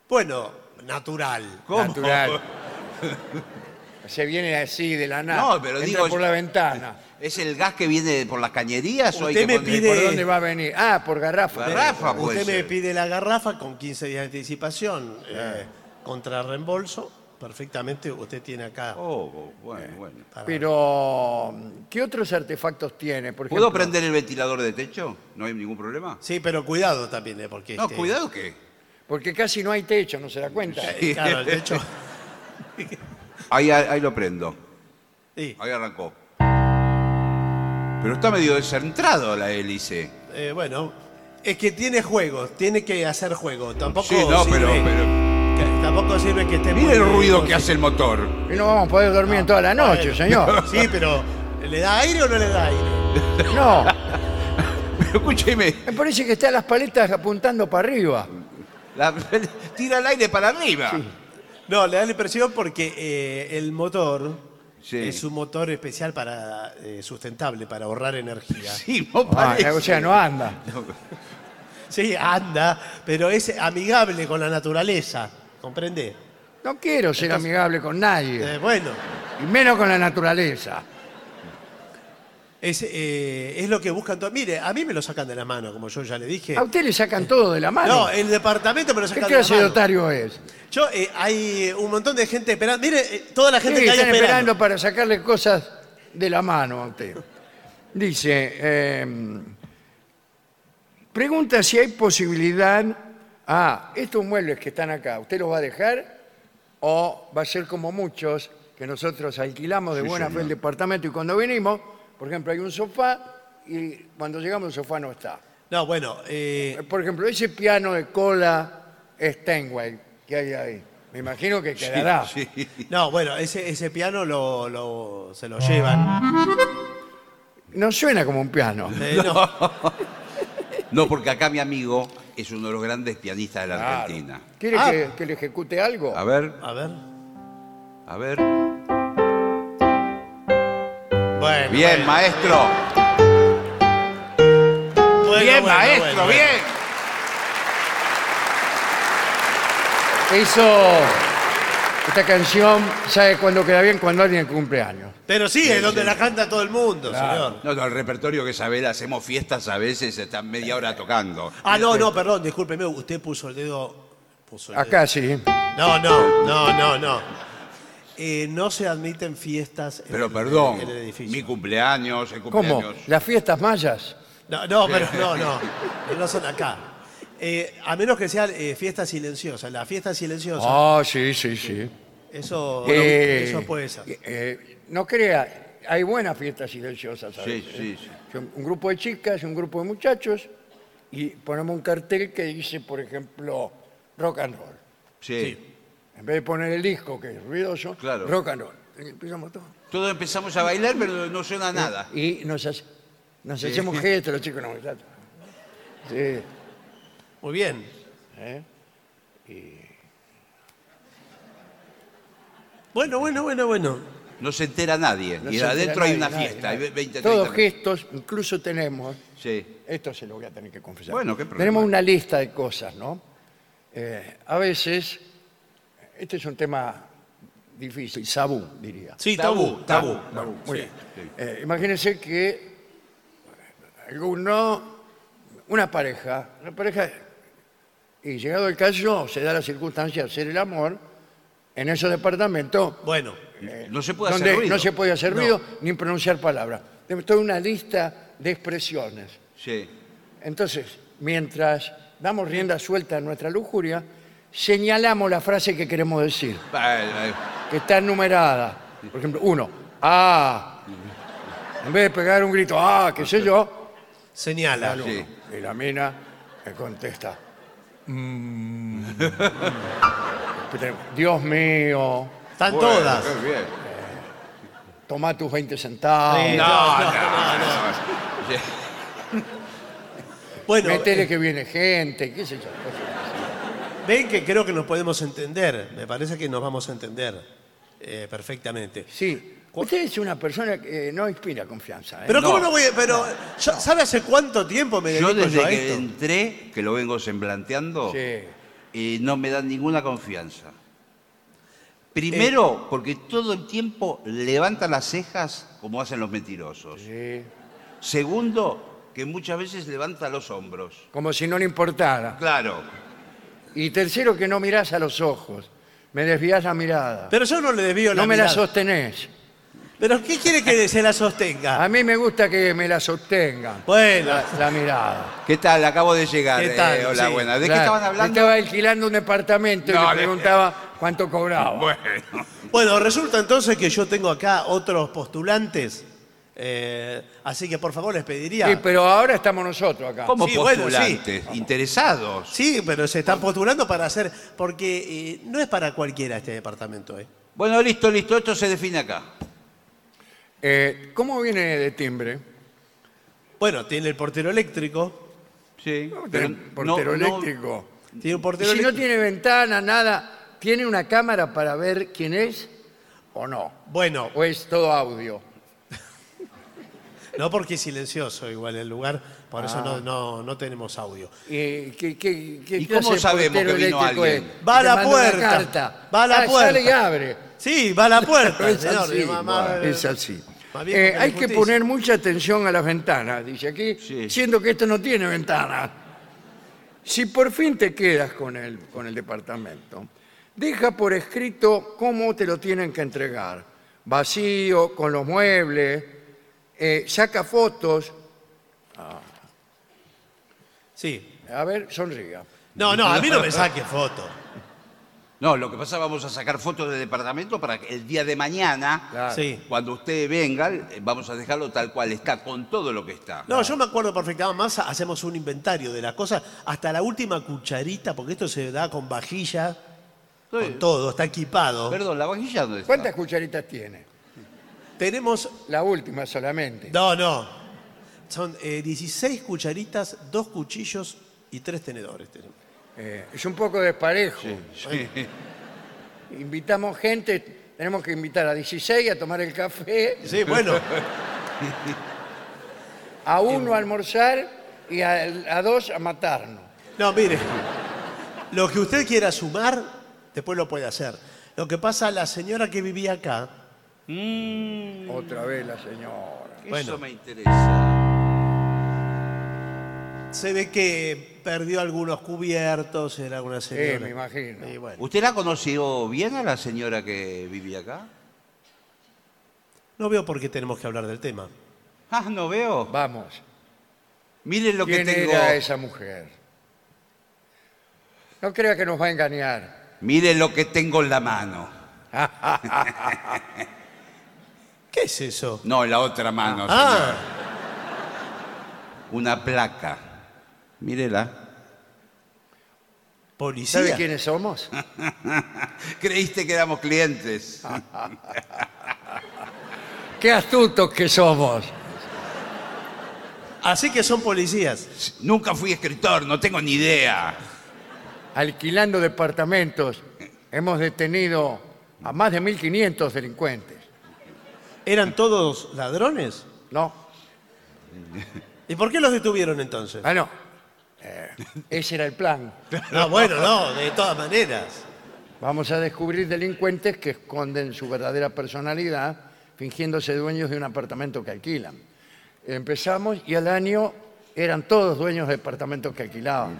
S3: Bueno, natural.
S4: Natural. Se viene así de la nada.
S2: No, pero
S4: Entra
S2: digo-
S4: por la ventana.
S2: ¿Es el gas que viene por las cañerías o hay
S3: Usted
S2: que
S3: me
S2: poner-
S3: pide-
S4: ¿Por dónde va a venir? Ah, por garrafa.
S2: Garrafa, puede
S3: Usted me
S2: ser.
S3: pide la garrafa con 15 días de anticipación eh, contra reembolso. Perfectamente, usted tiene acá.
S2: Oh, bueno, bueno.
S3: para-
S4: Pero, ¿qué otros artefactos tiene? Por
S2: ¿Puedo
S4: ejemplo,
S2: prender el ventilador de techo? ¿No hay ningún problema?
S3: Sí, pero cuidado también, eh, porque.
S2: No,
S3: este,
S2: cuidado que.
S4: Porque casi no hay techo, ¿no se da cuenta?
S3: eh, Claro, de hecho.
S2: Ahí, ahí lo prendo.
S3: sí,
S2: Ahí arrancó. Pero está medio descentrado la hélice.
S3: eh, bueno, es que tiene juegos, tiene que hacer juego. Tampoco.
S2: Sí, no,
S3: sirve,
S2: pero, pero.
S3: que- Tampoco sirve que esté.
S2: Mire
S3: muy
S2: el
S3: bien,
S2: ruido que
S3: entonces-
S2: hace el motor.
S4: Y no vamos a poder dormir en toda la noche, señor.
S3: Sí, pero ¿le da aire o no le da aire?
S4: No,
S2: Pero escúcheme,
S4: me parece que están las paletas apuntando para arriba.
S2: la- tira el aire para arriba.
S3: No, le da la impresión porque eh, el motor
S2: Sí.
S3: es un motor especial para eh, sustentable, para ahorrar energía. Sí.
S2: Sí, no
S4: Ah,
S2: parece.
S4: o sea, no anda.
S3: anda, pero es amigable con la naturaleza, ¿comprende?
S4: No quiero ser amigable con nadie,
S3: Eh, bueno,
S4: y menos con la naturaleza.
S3: es, eh, es lo que buscan todos. Mire, a mí me lo sacan de la mano, como yo ya le dije.
S4: A usted le sacan todo de la mano.
S3: No, el departamento me lo
S4: Ah, ¿Qué
S3: sacan de la
S4: clase de
S3: mano.
S4: otario es?
S3: Yo, eh, hay un montón de gente esperando. Mire, eh, toda la
S4: Sí,
S3: gente que hay
S4: están
S3: esperando.
S4: esperando para sacarle cosas de la mano a usted. Dice, eh, pregunta si hay posibilidad... Ah, estos muebles que están acá, ¿usted los va a dejar? ¿O va a ser como muchos que nosotros alquilamos de
S2: Sí,
S4: buena fe
S2: señor.
S4: el departamento y cuando venimos, por ejemplo, hay un sofá y cuando llegamos el sofá no está?
S3: No, bueno, eh,
S4: Por ejemplo, ese piano de cola Steinway que hay ahí, me imagino que quedará.
S2: Sí.
S3: no, bueno, ese, ese piano lo, lo- se lo llevan.
S4: No suena como un piano.
S3: Eh, no.
S2: No, porque acá mi amigo es uno de los grandes pianistas de la
S4: Claro.
S2: Argentina.
S4: ¿Quiere
S3: Ah.
S4: que, que le ejecute algo?
S2: A ver,
S3: A ver.
S2: a ver.
S3: Bueno,
S2: Bien,
S3: bueno,
S2: maestro.
S3: bueno,
S2: bien,
S3: bueno,
S2: maestro,
S3: bueno.
S2: bien.
S4: Eso, esta canción, ¿sabe cuándo queda bien? Cuando alguien cumple años.
S3: Pero sí, es donde la canta todo el mundo, señor.
S2: No, no, el repertorio que sabe, hacemos fiestas a veces, están media hora tocando.
S3: Ah, no, no, perdón, discúlpeme, usted puso el dedo. Puso el
S4: Acá sí.
S3: dedo. No, no, no, no, no. Eh, no se admiten fiestas en
S2: Pero
S3: el-
S2: perdón,
S3: en el
S2: mi
S3: edificio.
S2: cumpleaños, el cumpleaños.
S4: ¿Cómo? ¿Las fiestas mayas?
S3: No, no, pero no, no. No son acá. Eh, a menos que sean eh, fiestas silenciosas. La fiesta silenciosa,
S4: Ah, sí, sí, sí.
S3: eso,
S4: Eh,
S3: eso puede ser.
S4: eh, no crea, hay buenas fiestas silenciosas. a
S2: Sí,
S4: veces,
S2: sí,
S4: ¿eh?
S2: sí.
S4: Son Un grupo de chicas, un grupo de muchachos, y ponemos un cartel que dice, por ejemplo, rock and roll.
S2: Sí.
S4: En vez de poner el disco, que es ruidoso,
S2: Claro.
S4: rock and roll. Y Empezamos todo.
S2: Todos empezamos a bailar, pero no suena nada.
S4: Y nos, hace- nos hacemos gestos, los chicos nos miran. Sí,
S3: Muy bien.
S4: ¿eh?
S3: Bueno, bueno, bueno, bueno.
S2: No se entera nadie.
S4: No
S2: y
S4: se entera
S2: adentro hay
S4: nadie,
S2: una
S4: nadie,
S2: fiesta,
S4: nadie.
S2: hay 20, 30.
S4: Todos gestos, incluso tenemos,
S2: Sí.
S4: esto se lo voy a tener que confesar.
S2: Bueno, qué problema.
S4: Tenemos una lista de cosas, ¿no? Eh, a veces, este es un tema difícil, sabú, diría.
S3: Sí, tabú, tabú.
S4: Muy bien. Eh, imagínense que alguno, una pareja, una pareja, y llegado el caso, se da la circunstancia de hacer el amor en esos departamentos
S3: Bueno,
S2: No se puede hacer
S4: donde
S2: ruido.
S4: no se puede hacer ruido ni pronunciar palabras. Tenemos toda una lista de expresiones.
S2: Sí.
S4: Entonces, mientras damos rienda suelta a nuestra lujuria, señalamos la frase que queremos decir
S2: Bueno, eh,
S4: que está numerada. Por ejemplo, uno, ah. En vez de pegar un grito, ah, qué sé yo,
S3: señala.
S4: al uno.
S2: Sí.
S4: Y la mina, me contesta. "Mm". Dios mío,
S3: Están
S2: Bueno, eh,
S3: todas.
S2: qué bien.
S4: toma tus 20 centavos,
S3: Sí,
S2: No, no,
S3: Bueno,
S4: métele
S3: eh,
S4: que viene gente, qué sé yo. cosas.
S3: ven que creo que nos podemos entender. Me parece que nos vamos a entender eh, perfectamente.
S4: Sí, usted es una persona que eh, no inspira confianza. ¿eh?
S3: Pero cómo
S2: No.
S3: no voy a, pero yo- ¿sabe hace cuánto tiempo me dedico
S2: Yo
S3: yo,
S2: desde
S3: a
S2: que
S3: esto?
S2: entré, que lo vengo semblanteando,
S4: Sí.
S2: y no me dan ninguna confianza. Primero, porque todo el tiempo levanta las cejas como hacen los mentirosos.
S4: Sí,
S2: Segundo, que muchas veces levanta los hombros.
S4: como si no le importara.
S2: Claro.
S4: Y tercero, que no mirás a los ojos, me desvías la mirada,
S3: Pero yo no le desvío la
S4: no me la
S3: mirada.
S4: sostenés.
S3: Pero ¿qué quiere que se la sostenga?
S4: A mí me gusta que me la sostengan,
S3: Ah. Bueno,
S4: la, la mirada.
S2: ¿Qué tal? Acabo de llegar.
S3: ¿Qué tal?
S2: eh, hola,
S3: Sí,
S2: buenas. ¿De
S4: Claro,
S2: qué estaban
S4: yo
S2: hablando?
S4: Estaba alquilando un departamento
S2: No,
S4: y le
S2: le-
S4: preguntaba cuánto cobraba.
S2: Bueno.
S3: bueno, resulta entonces que yo tengo acá otros postulantes. eh, así que por favor les pediría.
S4: Sí, pero ahora estamos nosotros acá.
S2: Como
S3: Sí, bueno,
S2: postulantes, interesados.
S3: Sí, pero se están postulando para hacer. Porque eh, no es para cualquiera este departamento, ¿eh?
S2: Bueno, listo, listo. Esto se define acá.
S4: Eh, ¿Cómo viene de timbre?
S3: Bueno, tiene el portero eléctrico.
S2: Sí.
S4: Tiene portero
S2: no- no-
S4: eléctrico.
S3: Tiene un
S4: Y
S3: portero
S4: si no
S3: eléctrico.
S4: tiene ventana, nada, ¿tiene una cámara para ver quién es o no?
S3: Bueno,
S4: ¿O es todo audio?
S3: no porque es silencioso igual el lugar, por eso
S4: Ah.
S3: no, no, no tenemos audio.
S4: Eh, ¿qué- qué- qué
S2: ¿Y
S4: clase
S2: cómo
S4: de
S2: sabemos
S4: portero
S2: que vino
S4: eléctrico
S2: alguien?
S4: es?
S3: Va a
S4: Te
S3: la
S4: manda una
S3: puerta,
S4: carta.
S3: va a la
S4: Ah, Sale y
S3: puerta.
S4: abre.
S3: Sí, va a la puerta,
S4: Es
S3: señor.
S4: así,
S3: Más- más-
S4: bueno, es así.
S3: más bien
S4: Eh,
S3: con
S4: hay que
S3: Telejusticia.
S4: poner mucha atención a las ventanas, dice aquí,
S2: Sí.
S4: siendo que esto no tiene ventanas. Si por fin te quedas con el, con el departamento, deja por escrito cómo te lo tienen que entregar. Vacío, con los muebles, eh, saca fotos.
S3: Sí.
S4: A ver, sonría.
S3: No, no, a mí no me saque foto.
S2: No, lo que pasa, vamos a sacar fotos del departamento para que el día de mañana,
S4: Claro.
S3: Sí.
S2: cuando usted venga, eh, vamos a dejarlo tal cual está, con todo lo que está.
S3: No, yo me acuerdo perfectamente. Más hacemos un inventario de las cosas, hasta la última cucharita, porque esto se da con vajilla,
S4: eh.
S2: Estoy-
S3: con todo, está equipado.
S2: Perdón, la vajilla dónde está.
S4: ¿Cuántas cucharitas tiene?
S3: Tenemos.
S4: La última solamente.
S3: No, no. Son eh, 16 cucharitas, dos cuchillos y tres tenedores. tenemos.
S4: Eh, es un poco desparejo. Invitamos gente, tenemos que invitar a 16 a tomar el café,
S3: Sí, bueno,
S4: a uno a almorzar y a, a dos a matarnos.
S3: no, mire. Lo que usted quiera sumar, después lo puede hacer. Lo que pasa, la señora que vivía acá,
S4: Otra vez la señora.
S2: Eso
S3: Bueno.
S2: me interesa.
S3: Se ve que perdió algunos cubiertos, era una señora.
S4: Sí, Eh, me imagino.
S3: Y bueno,
S2: ¿Usted la conoció bien a la señora que vivía acá?
S3: no veo por qué tenemos que hablar del tema.
S2: Ah, no veo.
S4: Vamos.
S2: Miren lo que
S4: ¿Quién
S2: tengo.
S4: era esa mujer? No crea que nos va a engañar.
S2: Miren lo que tengo en la mano.
S3: ¿Qué es eso?
S2: No, en la otra mano. señor.
S3: ah,
S2: Una placa. Mírela.
S3: policía.
S4: ¿Sabe quiénes somos?
S2: Creíste que éramos clientes.
S3: Ah.
S4: ¡Qué astutos que somos!
S3: Así que son policías.
S2: Nunca fui escritor, no tengo ni idea.
S4: Alquilando departamentos, hemos detenido a más de 1.500 delincuentes.
S3: ¿Eran todos ladrones?
S4: ¿No?
S3: ¿Y por qué los detuvieron entonces?
S4: Ah, no. Eh, ese era el plan.
S3: No, Ah, bueno, no, de todas maneras.
S4: Vamos a descubrir delincuentes que esconden su verdadera personalidad fingiéndose dueños de un apartamento que alquilan. Empezamos y al año eran todos dueños de apartamentos que alquilaban.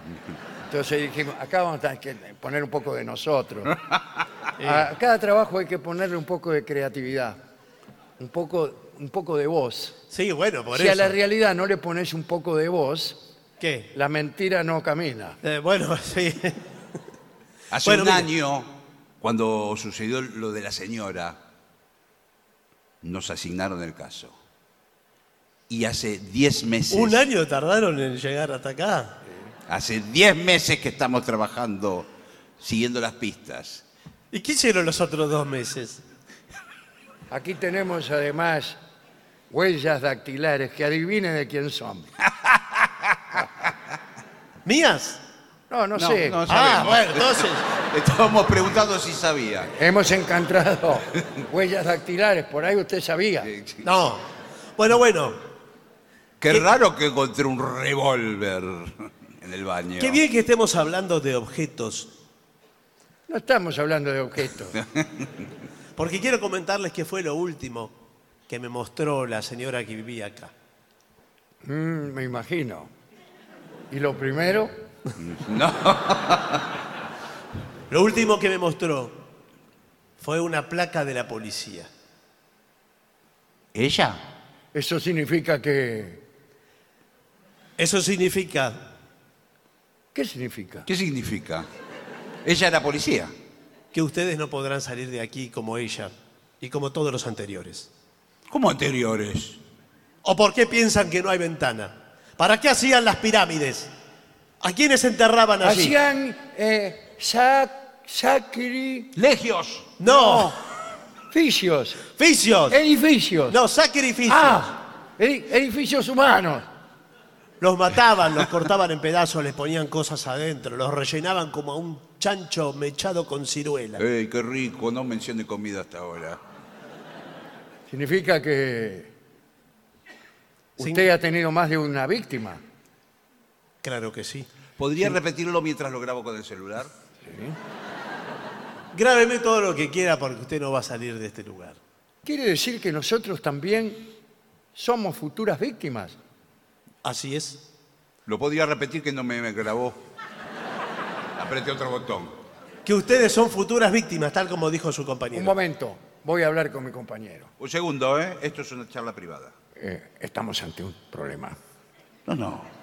S4: Entonces dijimos, acá vamos a tener que poner un poco de nosotros. A cada trabajo hay que ponerle un poco de creatividad, un poco, un poco de voz.
S3: Sí, bueno, por
S4: si
S3: eso.
S4: a la realidad no le pones un poco de voz,
S3: ¿Qué?
S4: la mentira no camina.
S3: Eh, bueno, sí.
S2: Hace
S3: Bueno,
S2: un
S3: mire.
S2: año, cuando sucedió lo de la señora, nos asignaron el caso. Y hace 10 meses.
S3: ¿Un año tardaron en llegar hasta acá?
S2: Hace 10 meses que estamos trabajando siguiendo las pistas.
S3: ¿Y qué hicieron los otros dos meses?
S4: Aquí tenemos además huellas dactilares que adivinen de quién son.
S3: ¿Mías?
S4: No, no,
S2: No,
S4: sé.
S2: no sé.
S3: Ah,
S2: sabemos.
S3: bueno, entonces.
S2: Estábamos preguntando si sabía.
S4: Hemos encontrado huellas dactilares, por ahí usted sabía.
S3: No. Bueno, bueno.
S2: Qué raro que encontré un revólver en el baño.
S3: Qué bien que estemos hablando de objetos.
S4: No estamos hablando de objetos.
S3: Porque quiero comentarles que fue lo último que me mostró la señora que vivía acá.
S4: Mm, me imagino. Y lo primero,
S3: Lo último que me mostró fue una placa de la policía.
S2: ¿Ella?
S4: eso significa que...
S3: Eso significa
S4: ¿Qué significa?
S2: ¿Qué significa? Ella era policía.
S3: que ustedes no podrán salir de aquí como ella y como todos los anteriores.
S2: ¿Cómo anteriores?
S3: ¿O por qué piensan que no hay ventana? ¿Para qué hacían las pirámides? ¿A quiénes enterraban allí?
S4: Hacían eh,
S2: ¡Legios!
S3: No,
S4: sacrificios,
S3: ficios.
S4: edificios.
S3: No, sacrificios.
S4: Ah, edi- edificios humanos.
S3: Los mataban, los cortaban en pedazos, les ponían cosas adentro, los rellenaban como a un chancho mechado con ciruela.
S2: ¡Ey, qué rico! No mencione comida hasta ahora.
S4: Significa que
S3: Sin-
S4: usted ha tenido más de una víctima.
S3: Claro que sí.
S2: ¿Podría repetirlo mientras lo grabo con el celular?
S3: Grábeme todo lo que quiera porque usted no va a salir de este lugar.
S4: Quiere decir que nosotros también somos futuras víctimas.
S3: Así es.
S2: Lo podría repetir que no me, me grabó. Apreté otro botón.
S3: Que ustedes son futuras víctimas, tal como dijo su
S4: Un
S3: compañero.
S4: momento, voy a hablar con mi compañero.
S2: Un segundo, ¿eh? Esto es una charla privada.
S4: Eh, estamos ante un problema.
S2: No, no.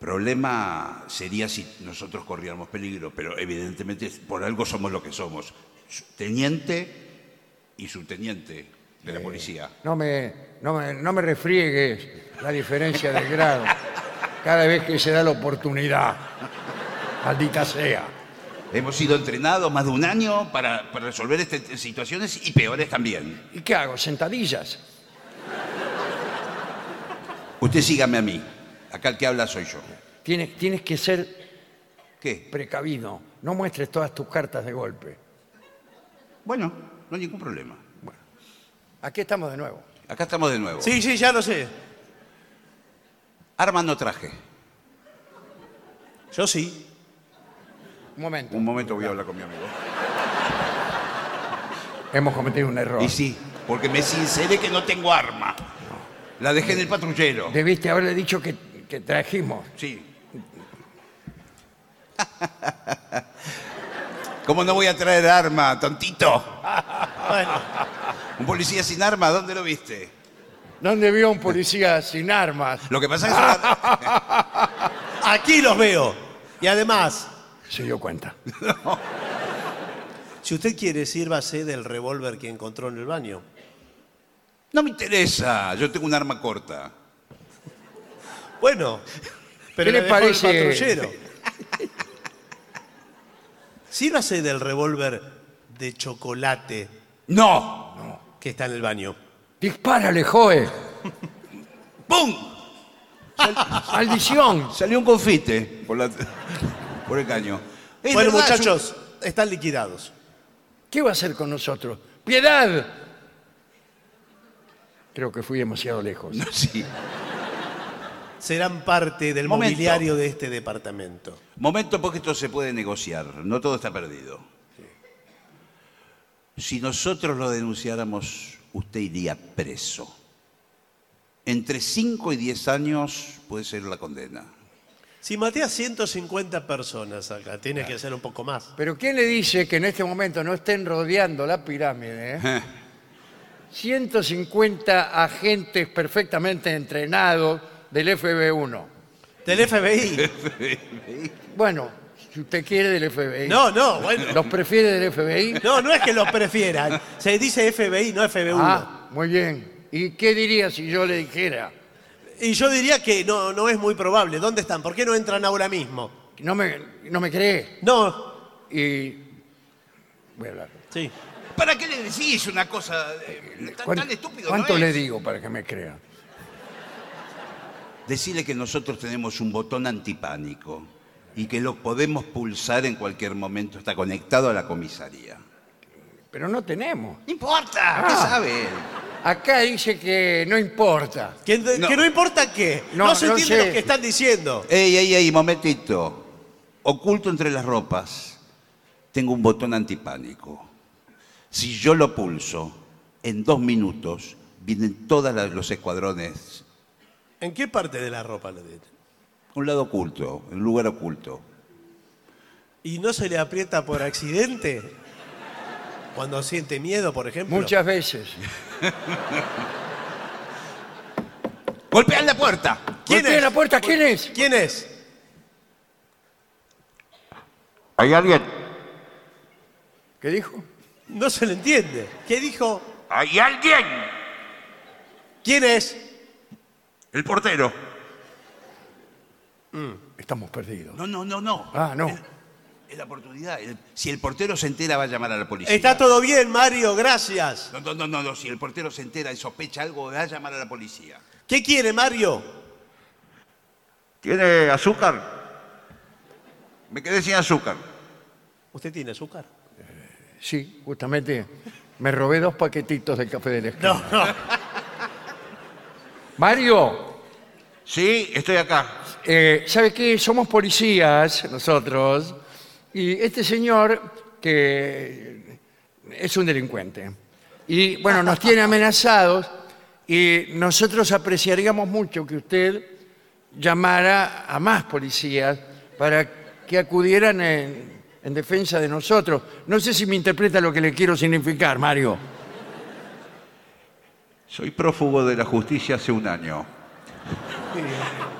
S2: Problema sería si nosotros corríamos peligro, pero evidentemente por algo somos lo que somos. Su- Teniente y subteniente de la policía.
S4: No me, no me, no me refriegues la diferencia de grado cada vez que se da la oportunidad. Maldita sea.
S2: Hemos sido entrenados más de un año para, para resolver estas situaciones y peores también.
S4: ¿Y qué hago? ¿Sentadillas?
S2: Usted sígame a mí. Acá el que habla soy yo.
S4: Tienes, tienes que ser
S2: ¿Qué?
S4: precavido. No muestres todas tus cartas de golpe.
S2: Bueno, no hay ningún problema.
S4: Aquí estamos de nuevo.
S2: Acá estamos de nuevo.
S3: Sí, sí, ya lo sé.
S2: Arma no traje.
S3: Yo sí.
S4: Un momento.
S2: Un momento voy a hablar con mi amigo.
S4: Hemos cometido un error.
S2: Y sí, porque me sinceré que no tengo arma. La dejé en el patrullero.
S4: Debiste haberle dicho que, que trajimos.
S2: Sí. ¿Cómo no voy a traer arma, tontito?
S3: Bueno,
S2: Un policía sin arma, ¿dónde lo viste?
S4: ¿Dónde vio un policía sin armas?
S2: Lo que pasa es que...
S3: aquí los veo. Y además,
S4: Se dio cuenta.
S3: si usted quiere, sírvase del revólver que encontró en el baño.
S2: No me interesa, yo tengo un arma corta.
S3: Bueno, pero
S4: ¿Qué
S3: le
S4: le
S3: parece el
S4: parece?
S3: patrullero. Sírvase del revólver de chocolate
S2: ¡No!
S3: que está en el baño.
S4: Dispárale, Joe.
S2: ¡Pum!
S4: Maldición.
S2: Salió un confite por, la- por el caño. Es
S3: bueno,
S2: verdad,
S3: muchachos, están liquidados.
S4: ¿Qué va a hacer con nosotros? ¡Piedad! Creo que fui demasiado lejos.
S2: yo- Sí.
S3: Serán parte del
S2: Momento.
S3: mobiliario de este departamento.
S2: Momento porque esto se puede negociar, no todo está perdido. Si nosotros lo denunciáramos, usted iría preso. Entre 5 y 10 años puede ser la condena.
S3: Si maté a 150 personas acá, tiene que ser un poco más.
S4: Pero ¿quién le dice que en este momento no estén rodeando la pirámide? eh? 150 agentes perfectamente entrenados del FB1.
S3: Del FBI.
S4: Bueno, si usted quiere del FBI.
S3: No, no, bueno.
S4: ¿Los prefiere del FBI?
S3: No, no es que los prefieran. Se dice FBI, no fb
S4: Ah, muy bien. ¿Y qué diría si yo le dijera?
S3: Y yo diría que no, no es muy probable. ¿Dónde están? ¿Por qué no entran ahora mismo?
S4: No me, no me cree.
S3: No.
S4: Y. Voy a hablar.
S3: Sí.
S2: ¿Para qué le decís una cosa eh, tan,
S4: ¿Cuán-
S2: tan estúpido?
S4: ¿Cuánto
S2: no
S4: le
S2: es?
S4: digo para que me crea?
S2: Decirle que nosotros tenemos un botón antipánico y que lo podemos pulsar en cualquier momento. Está conectado a la comisaría.
S4: Pero no tenemos.
S2: No importa, ¿qué
S4: Ah.
S2: sabe él?
S4: Acá dice que no importa.
S3: Que que no,
S2: No.
S3: importa qué. No,
S4: No,
S3: se
S4: no
S3: entiende
S4: sé.
S3: lo que están diciendo.
S2: Ey, ey, ey, momentito. Oculto entre las ropas, tengo un botón antipánico. Si yo lo pulso, en dos minutos vienen todos los escuadrones.
S3: ¿En qué parte de la ropa lo tiene?
S2: Un lado oculto, un lugar oculto.
S3: ¿Y no se le aprieta por accidente? Cuando siente miedo, por ejemplo.
S4: Muchas veces.
S2: ¡Golpean la puerta!
S3: ¿Quién
S4: Golpea
S3: es?
S4: la puerta? ¿Quién es?
S3: ¿Quién es?
S5: ¿Hay alguien?
S4: ¿Qué dijo?
S3: No se le entiende. ¿Qué dijo?
S5: ¿Hay alguien?
S3: ¿Quién es?
S5: El portero.
S4: Estamos perdidos.
S2: No, no, no, no.
S4: Ah, no.
S2: Es la oportunidad. El- si el portero se entera, va a llamar a la policía.
S3: Está todo bien, Mario, gracias.
S2: No, no, no, no, no. Si el portero se entera y sospecha algo, va a llamar a la policía.
S3: ¿Qué quiere, Mario?
S5: ¿Tiene azúcar? Me quedé sin azúcar.
S3: ¿Usted tiene azúcar?
S4: Sí, justamente me robé dos paquetitos del café del esquina.
S3: No, no.
S4: Mario,
S5: Sí, estoy acá.
S4: eh, ¿sabe qué? Somos policías nosotros y este señor que es un delincuente y bueno, nos tiene amenazados y nosotros apreciaríamos mucho que usted llamara a más policías para que acudieran en, en defensa de nosotros. No sé si me interpreta lo que le quiero significar, Mario.
S5: Soy prófugo de la justicia hace un año.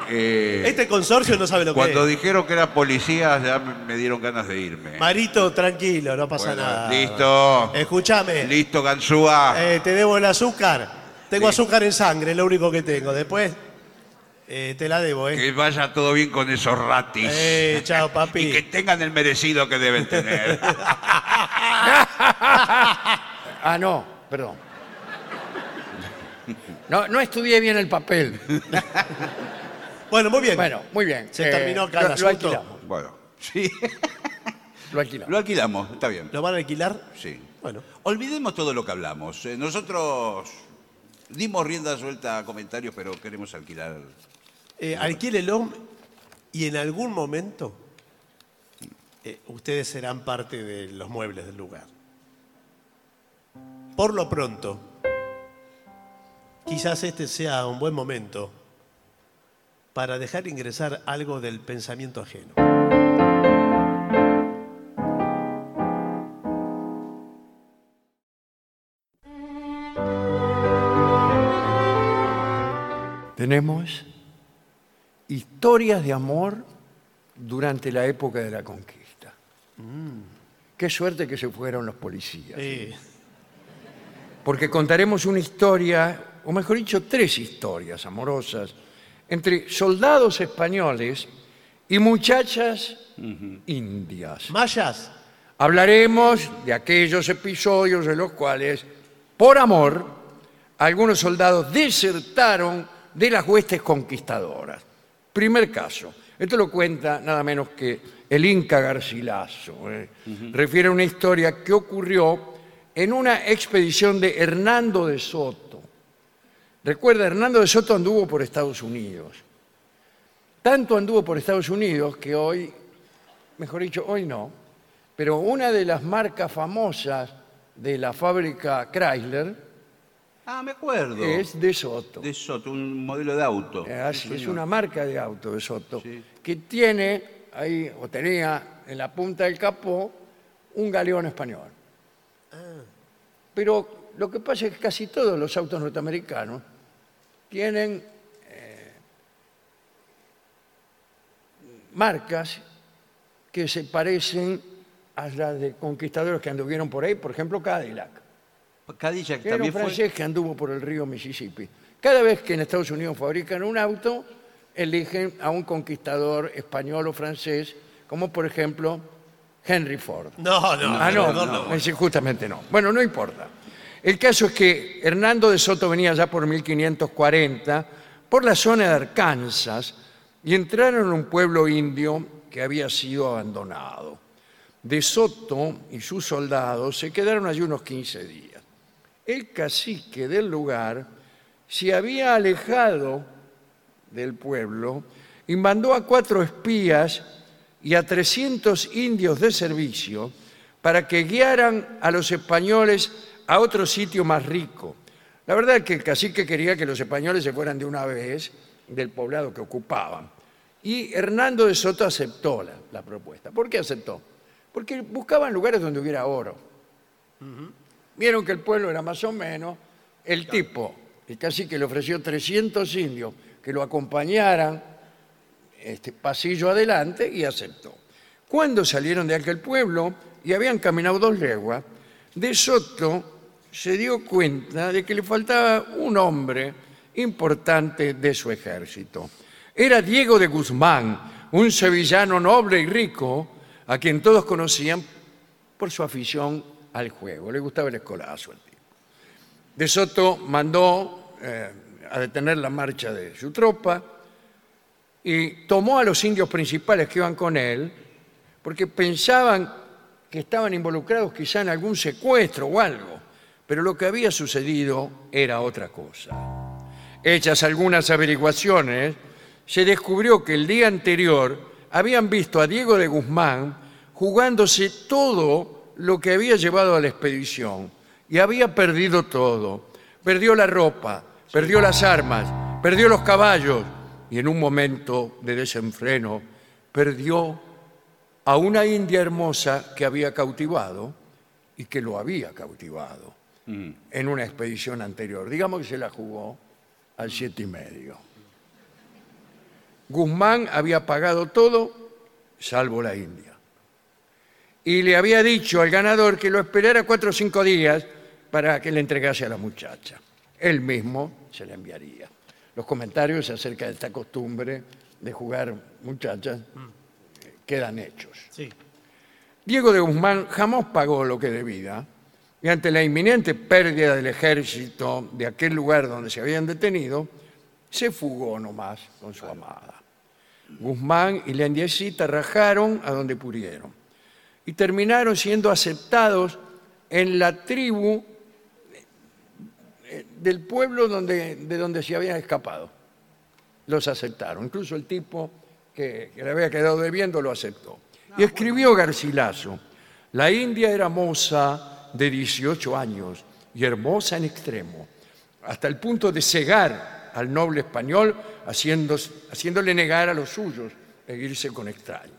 S5: Eh,
S3: Este consorcio no sabe lo
S5: cuando
S3: que
S5: dijeron que era policía, ya me dieron ganas de irme.
S3: es. Marito, tranquilo, no pasa
S5: Bueno,
S3: nada.
S5: listo.
S3: Escúchame.
S5: Listo, Ganzúa.
S3: Eh, te debo el azúcar. Tengo
S5: Sí.
S3: azúcar en sangre, es lo único que tengo. Después eh, te la debo, ¿eh?
S5: Que vaya todo bien con esos ratis.
S3: Eh, chao,
S5: Y que
S3: papi.
S5: tengan el merecido que deben tener.
S4: Ah, no, perdón. No, no estudié bien el papel.
S3: Bueno, muy bien.
S4: Bueno, muy bien. eh,
S3: Se terminó acá el
S4: lo- lo,
S3: asunto.
S4: alquilamos,
S2: Bueno, sí.
S4: lo alquilamos.
S2: Lo alquilamos, está bien.
S3: ¿Lo van a alquilar?
S2: Sí.
S3: Bueno.
S2: Olvidemos todo lo que hablamos. Eh, Nosotros dimos rienda suelta a comentarios, pero queremos alquilar.
S3: Eh, alquílelo y en algún momento eh, ustedes serán parte de los muebles del lugar. Por lo pronto, quizás este sea un buen momento para dejar ingresar algo del pensamiento ajeno.
S4: Tenemos historias de amor durante la época de la conquista. Mm. Qué suerte que se fueron los policías.
S3: Eh,
S4: Porque contaremos una historia, o mejor dicho, tres historias amorosas, entre soldados españoles y muchachas indias.
S3: mayas,
S4: Hablaremos de aquellos episodios en los cuales, por amor, algunos soldados desertaron de las huestes conquistadoras. Primer caso. Esto lo cuenta nada menos que el Inca Garcilaso. eh. Refiere a una historia que ocurrió en una expedición de Hernando de Soto. Recuerda, Hernando de Soto anduvo por Estados Unidos. Tanto anduvo por Estados Unidos que hoy mejor dicho, hoy no, pero una de las marcas famosas de la fábrica Chrysler
S2: Ah, me acuerdo.
S4: es de Soto.
S2: De Soto, un modelo de auto.
S4: Eh, así,
S2: Sí,
S4: es
S2: señor.
S4: una marca de auto de Soto
S2: Sí.
S4: que tiene ahí, o tenía en la punta del capó, un galeón español.
S2: Ah.
S4: Pero lo que pasa es que casi todos los autos norteamericanos tienen eh, marcas que se parecen a las de conquistadores que anduvieron por ahí, por ejemplo Cadillac.
S2: Cadillac
S4: Que era un
S2: también
S4: francés
S2: fue.
S4: que anduvo por el río Mississippi. Cada vez que en Estados Unidos fabrican un auto, eligen a un conquistador español o francés, como por ejemplo Henry Ford.
S3: No, no,
S4: Ah, no,
S3: no,
S4: no, sí, justamente no. Bueno, no importa. El caso es que Hernando de Soto venía ya por 1540 por la zona de Arkansas y entraron en un pueblo indio que había sido abandonado. De Soto y sus soldados se quedaron allí unos 15 días. El cacique del lugar se había alejado del pueblo y mandó a cuatro espías y a 300 indios de servicio para que guiaran a los españoles a otro sitio más rico. La verdad es que el cacique quería que los españoles se fueran de una vez del poblado que ocupaban. Y Hernando de Soto aceptó la, la propuesta. ¿Por qué aceptó? Porque buscaban lugares donde hubiera oro. Vieron que el pueblo era más o menos. El tipo, el cacique le ofreció 300 indios que lo acompañaran este, pasillo adelante y aceptó. Cuando salieron de aquel pueblo y habían caminado dos leguas, De Soto se dio cuenta de que le faltaba un hombre importante de su ejército. Era Diego de Guzmán, un sevillano noble y rico, a quien todos conocían por su afición al juego. Le gustaba el escolazo al tipo. De Soto mandó eh, a detener la marcha de su tropa, y tomó a los indios principales que iban con él, porque pensaban que estaban involucrados quizá en algún secuestro o algo, pero lo que había sucedido era otra cosa. Hechas algunas averiguaciones, se descubrió que el día anterior habían visto a Diego de Guzmán jugándose todo lo que había llevado a la expedición y había perdido todo. Perdió la ropa, perdió las armas, perdió los caballos y en un momento de desenfreno perdió a una india hermosa que había cautivado y que lo había cautivado en una expedición anterior. Digamos que se la jugó al siete y medio. Guzmán había pagado todo, salvo la India. Y le había dicho al ganador que lo esperara cuatro o cinco días para que le entregase a la muchacha. Él mismo se la enviaría. Los comentarios acerca de esta costumbre de jugar muchachas eh, quedan hechos.
S3: Sí.
S4: Diego de Guzmán jamás pagó lo que debía y ante la inminente pérdida del ejército de aquel lugar donde se habían detenido, se fugó nomás con su amada. Guzmán y la indiecita rajaron a donde pudieron y terminaron siendo aceptados en la tribu eh, del pueblo donde, de donde se habían escapado. Los aceptaron. Incluso el tipo que, que le había quedado debiendo lo aceptó. Y escribió Garcilaso, la India era moza de 18 años y hermosa en extremo, hasta el punto de cegar al noble español haciendo- haciéndole negar a los suyos e irse con extraños.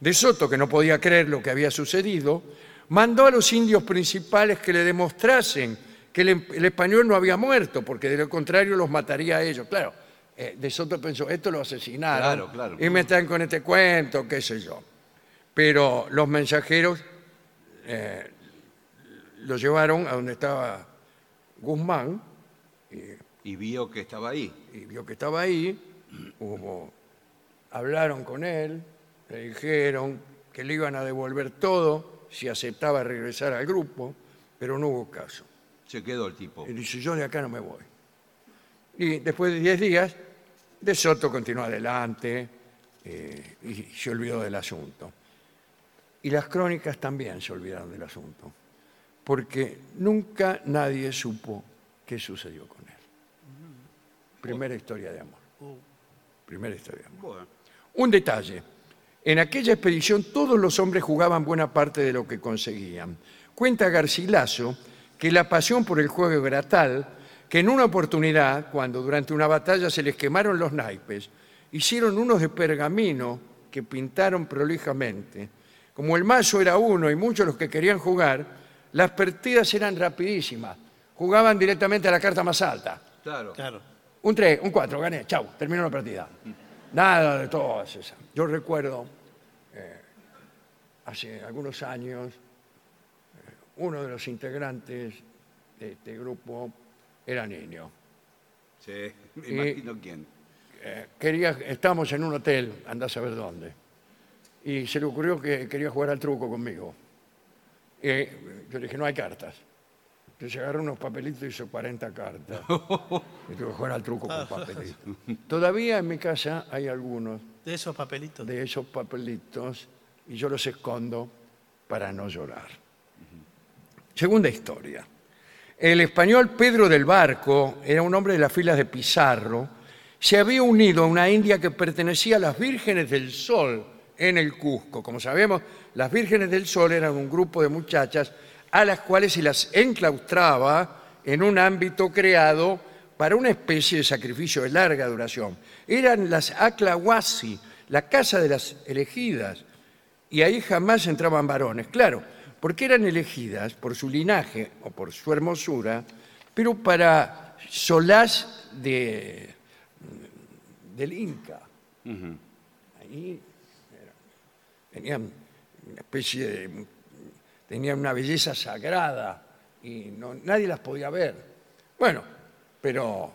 S4: De Soto, que no podía creer lo que había sucedido, mandó a los indios principales que le demostrasen que el, em-, el español no había muerto, porque de lo contrario los mataría a ellos. Claro, eh, De Soto pensó, esto lo asesinaron
S2: Claro, claro.
S4: y me están con este cuento, qué sé yo. Pero los mensajeros eh, lo llevaron a donde estaba Guzmán,
S2: Y vio que estaba ahí.
S4: y vio que estaba ahí, hubo- hablaron con él, le dijeron que le iban a devolver todo si aceptaba regresar al grupo, pero no hubo caso.
S2: Se quedó el tipo.
S4: Y dice, yo de acá no me voy. Y después de 10 días, De Soto continuó adelante eh, y se olvidó del asunto. Y las crónicas también se olvidaron del asunto, porque nunca nadie supo qué sucedió con él. Primera historia de amor. Primera historia de amor. Un detalle. En aquella expedición todos los hombres jugaban buena parte de lo que conseguían. Cuenta Garcilaso que la pasión por el juego era tal que en una oportunidad, cuando durante una batalla se les quemaron los naipes, hicieron unos de pergamino que pintaron prolijamente. Como el mazo era uno y muchos los que querían jugar, las partidas eran rapidísimas. Jugaban directamente a la carta más alta.
S2: Claro.
S3: Claro.
S4: Un 3, un 4, gané, chau, terminó la partida. Nada de todas esas. Yo recuerdo eh, hace algunos años, eh, uno de los integrantes de este grupo era niño.
S5: Sí, me imagino quién.
S4: Eh, Quería, estamos en un hotel, andás a saber dónde. Y se le ocurrió que quería jugar al truco conmigo. Eh, yo le dije, no hay cartas. Entonces agarró unos papelitos y hizo 40 cartas. Y tuve que jugar al truco con papelitos. Todavía en mi casa hay algunos
S3: De esos papelitos.
S4: de esos papelitos y yo los escondo para no llorar. Segunda historia. El español Pedro del Barco era un hombre de las filas de Pizarro. Se había unido a una india que pertenecía a las Vírgenes del Sol en el Cusco. Como sabemos, las Vírgenes del Sol eran un grupo de muchachas a las cuales se las enclaustraba en un ámbito creado para una especie de sacrificio de larga duración. Eran las Aclahuasi, la casa de las elegidas, y ahí jamás entraban varones, claro, porque eran elegidas por su linaje o por su hermosura, pero para solaz de, del Inca. Ahí era- tenían una especie de- tenían una belleza sagrada y no- nadie las podía ver. Bueno, pero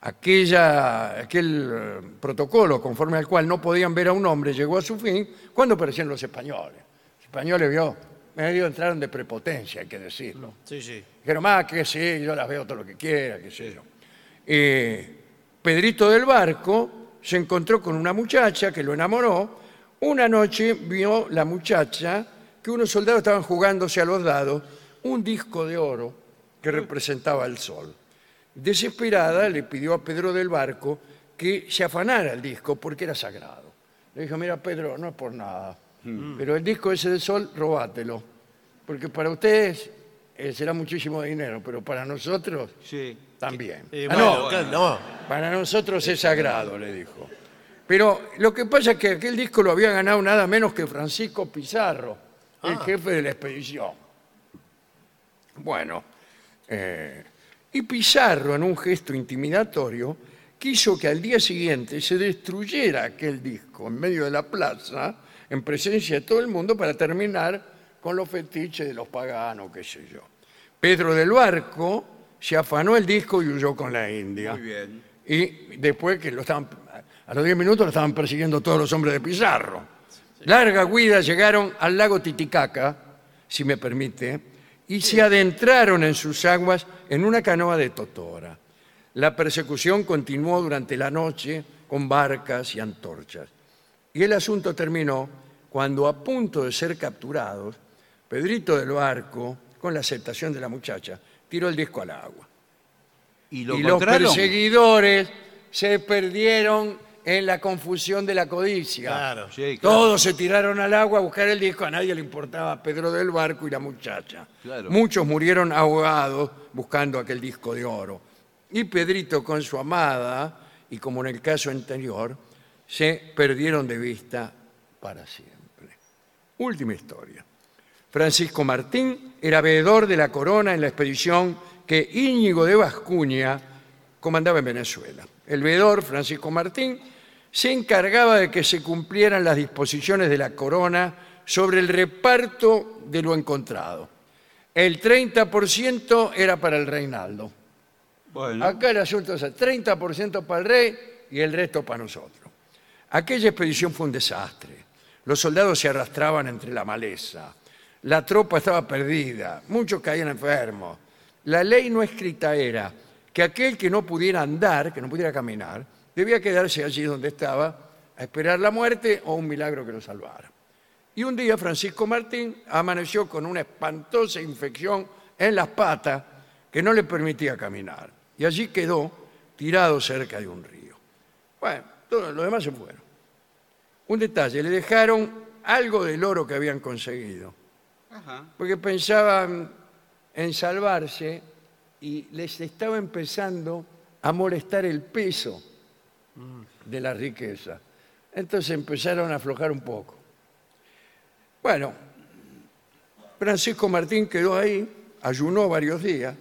S4: aquella, aquel eh, protocolo conforme al cual no podían ver a un hombre llegó a su fin cuando aparecieron los españoles. Los españoles vio, medio entraron de prepotencia, hay que decirlo.
S3: Sí, sí.
S4: Dijeron, más que sé, yo las veo todo lo que quiera, qué sé yo. Eh, Pedrito del Barco se encontró con una muchacha que lo enamoró. Una noche vio la muchacha que unos soldados estaban jugándose a los dados un disco de oro que representaba el sol. Desesperada le pidió a Pedro del Barco que se afanara el disco porque era sagrado. Le dijo, mira Pedro, no es por nada,
S3: Mm.
S4: pero el disco ese del sol, robátelo, porque para ustedes eh, será muchísimo dinero, pero para nosotros
S5: Sí.
S4: también.
S3: Eh,
S4: Ah,
S3: bueno,
S4: no,
S3: claro, no.
S4: para nosotros es sagrado, le dijo. Pero lo que pasa es que aquel disco lo había ganado nada menos que Francisco Pizarro, el
S5: Ah.
S4: jefe de la expedición. Bueno, eh, y Pizarro, en un gesto intimidatorio, quiso que al día siguiente se destruyera aquel disco en medio de la plaza, en presencia de todo el mundo, para terminar con los fetiches de los paganos, qué sé yo. Pedro del Barco se afanó el disco y huyó con la India.
S5: Muy bien.
S4: Y después que lo estaban, a los 10 minutos lo estaban persiguiendo todos los hombres de Pizarro. Larga huida llegaron al lago Titicaca, si me permite, y se adentraron en sus aguas en una canoa de Totora. La persecución continuó durante la noche con barcas y antorchas. Y el asunto terminó cuando, a punto de ser capturados, Pedrito del Barco, con la aceptación de la muchacha, tiró el disco al agua
S2: Y lo
S4: y los
S2: encontraron.
S4: perseguidores se perdieron en la confusión de la codicia.
S3: Claro.
S5: Sí, claro.
S4: Todos se tiraron al agua a buscar el disco, a nadie le importaba Pedro del Barco y la muchacha.
S5: Claro.
S4: Muchos murieron ahogados buscando aquel disco de oro. Y Pedrito con su amada, y como en el caso anterior, se perdieron de vista para siempre. Última historia. Francisco Martín era veedor de la corona en la expedición que Íñigo de Bascuña comandaba en Venezuela. El veedor, Francisco Martín, se encargaba de que se cumplieran las disposiciones de la corona sobre el reparto de lo encontrado. El 30% era para el reinaldo.
S5: Bueno,
S4: Acá el asunto es el 30% para el rey y el resto para nosotros. Aquella expedición fue un desastre. Los soldados se arrastraban entre la maleza. La tropa estaba perdida. Muchos caían enfermos. La ley no escrita era que aquel que no pudiera andar, que no pudiera caminar, debía quedarse allí donde estaba a esperar la muerte o un milagro que lo salvara. Y un día Francisco Martín amaneció con una espantosa infección en las patas que no le permitía caminar. Y allí quedó tirado cerca de un río. Bueno, todos los demás se fueron. Un detalle, le dejaron algo del oro que habían conseguido. Porque pensaban en salvarse y les estaba empezando a molestar el peso de la riqueza. Entonces empezaron a aflojar un poco. Bueno, Francisco Martín quedó ahí, ayunó varios días,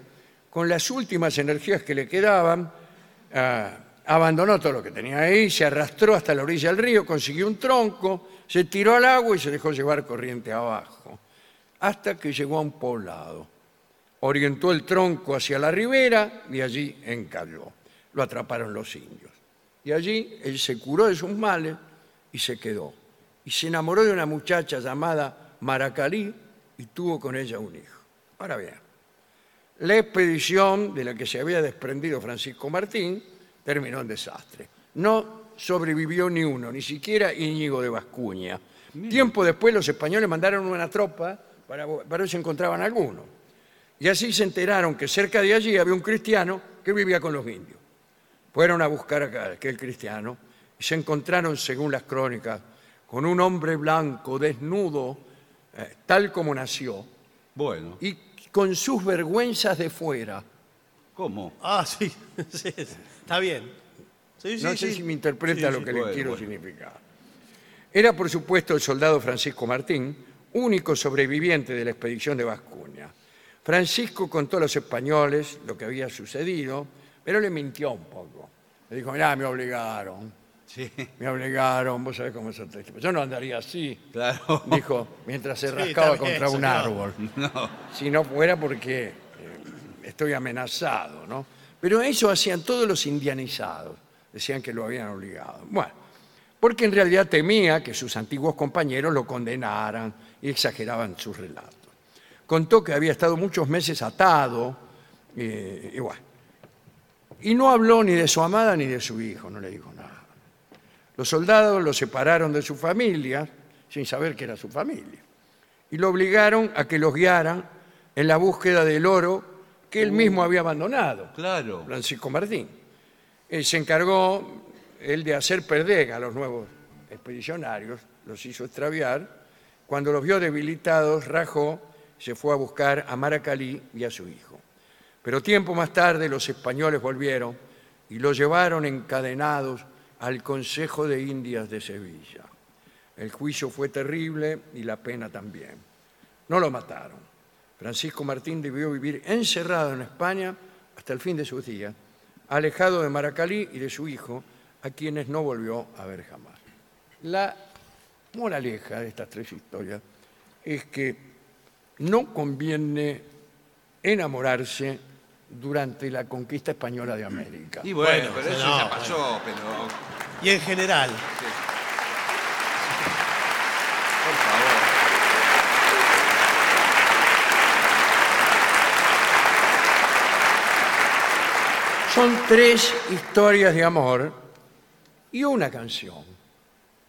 S4: con las últimas energías que le quedaban, ah, abandonó todo lo que tenía ahí, se arrastró hasta la orilla del río, consiguió un tronco, se tiró al agua y se dejó llevar corriente abajo, hasta que llegó a un poblado. Orientó el tronco hacia la ribera y allí encalló. lo atraparon los indios. Y allí él se curó de sus males y se quedó. Y se enamoró de una muchacha llamada Maracalí y tuvo con ella un hijo. Ahora bien, la expedición de la que se había desprendido Francisco Martín terminó en desastre. No sobrevivió ni uno, ni siquiera Íñigo de Bascuña. Tiempo después los españoles mandaron una tropa para para ver si encontraban alguno. Y así se enteraron que cerca de allí había un cristiano que vivía con los indios. Fueron a buscar a aquel cristiano y se encontraron, según las crónicas, con un hombre blanco, desnudo, eh, tal como nació,
S2: Bueno,
S4: y con sus vergüenzas de fuera.
S2: ¿cómo?
S3: Ah, sí, sí, sí. está bien. Sí, sí,
S4: No sé
S3: sí.
S4: si me interpreta
S3: Sí,
S4: lo
S3: sí.
S4: que le
S2: bueno,
S4: quiero
S2: bueno.
S4: significar. Era, por supuesto, el soldado Francisco Martín, único sobreviviente de la expedición de Vascuña. Francisco contó a los españoles lo que había sucedido, pero le mintió un poco. Le dijo, mirá, me obligaron,
S2: Sí,
S4: me obligaron, vos sabés cómo es este tipo. Yo no andaría así,
S2: claro.
S4: dijo, mientras se
S3: Sí,
S4: rascaba
S3: está bien,
S4: contra un
S3: señor.
S4: árbol
S2: No.
S4: si no fuera porque eh, estoy amenazado, ¿no? Pero eso hacían todos los indianizados, decían que lo habían obligado. Bueno, porque en realidad temía que sus antiguos compañeros lo condenaran y exageraban sus relatos. Contó que había estado muchos meses atado eh, y bueno. Y no habló ni de su amada ni de su hijo, no le dijo nada. Los soldados lo separaron de su familia sin saber que era su familia y lo obligaron a que los guiaran en la búsqueda del oro que él mismo había abandonado,
S2: Claro.
S4: Francisco Martín. Eh, se encargó él de hacer perder a los nuevos expedicionarios, los hizo extraviar. Cuando los vio debilitados, rajó, se fue a buscar a Maracalí y a su hijo. Pero tiempo más tarde los españoles volvieron y lo llevaron encadenados al Consejo de Indias de Sevilla. El juicio fue terrible y la pena también. No lo mataron. Francisco Martín debió vivir encerrado en España hasta el fin de sus días, alejado de Maracalí y de su hijo, a quienes no volvió a ver jamás. La moraleja de estas tres historias es que no conviene enamorarse durante la conquista española de América.
S2: Y
S3: Bueno,
S2: bueno, pero eso
S3: no,
S2: ya pasó, pero
S3: Y en general.
S2: por favor.
S4: Son tres historias de amor y una canción.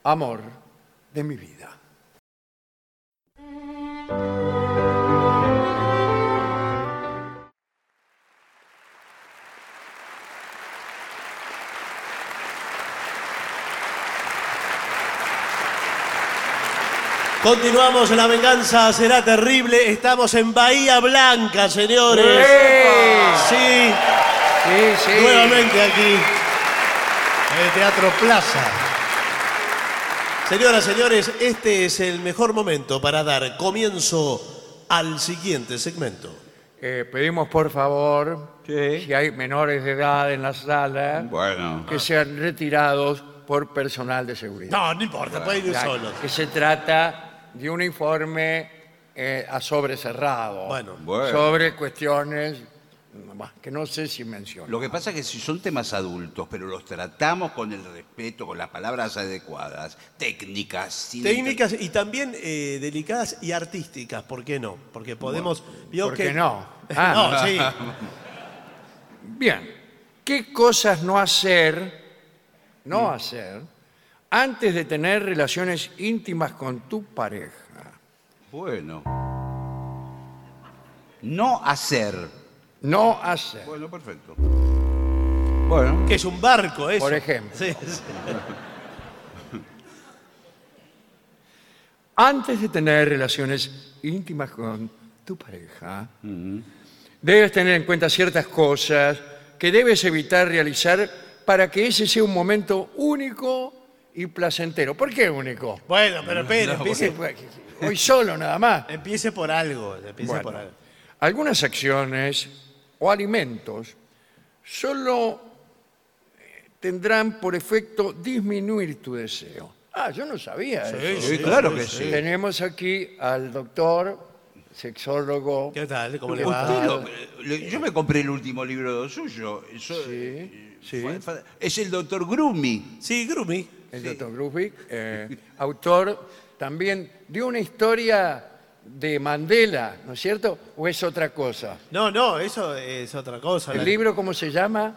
S4: Amor de mi vida.
S3: Continuamos, la venganza será terrible. Estamos en Bahía Blanca, señores. Sí,
S4: Sí, sí.
S3: nuevamente aquí. En el Teatro Plaza. Señoras, señores, este es el mejor momento para dar comienzo al siguiente segmento.
S4: Eh, pedimos por favor,
S2: Sí.
S4: si hay menores de edad en la sala,
S2: Bueno.
S4: que sean retirados por personal de seguridad.
S3: No, no importa, puede ir
S4: Ya
S3: solo.
S4: Que se trata de un informe eh, a sobre cerrado.
S3: Bueno.
S2: Bueno.
S4: Sobre cuestiones mm, bah, que no sé si menciono.
S2: Lo que pasa es que si son temas adultos, pero los tratamos con el respeto, con las palabras adecuadas, técnicas, sin
S3: Técnicas y también eh, delicadas y artísticas, ¿por qué no? Porque podemos... vio
S4: ¿Por
S3: que-
S4: qué no? Ah,
S3: no, sí.
S4: Bien, ¿qué cosas no hacer,
S2: Mm.
S4: no hacer, antes de tener relaciones íntimas con tu pareja?
S2: Bueno. No hacer.
S4: No hacer.
S2: Bueno, perfecto. Bueno.
S3: Que es un barco eso.
S4: Por ejemplo.
S3: Sí, sí.
S4: Antes de tener relaciones íntimas con tu pareja, debes tener en cuenta ciertas cosas que debes evitar realizar para que ese sea un momento único y placentero. ¿Por qué único? pues,
S3: Bueno, pero espere, empiece,
S4: Hoy solo nada más.
S3: empiece por algo. Empiece
S4: Bueno,
S3: por algo.
S4: Algunas acciones o alimentos solo eh, tendrán por efecto disminuir tu deseo. Ah, yo no sabía eso.
S2: Sí, claro que sí.
S4: Tenemos aquí al doctor sexólogo.
S3: ¿Qué tal? ¿Cómo le
S2: Usted
S3: va?
S2: lo- le- yo me compré el último libro suyo. Eso,
S4: Sí,
S2: eh,
S4: sí.
S2: fue- fue- es el doctor Grumi.
S3: Sí, Grumi.
S4: el doctor Grubig, eh, autor también de una historia de Mandela, ¿no es cierto? ¿O es otra cosa?
S3: No, no, eso es otra cosa.
S4: ¿El
S3: La-
S4: libro cómo se llama?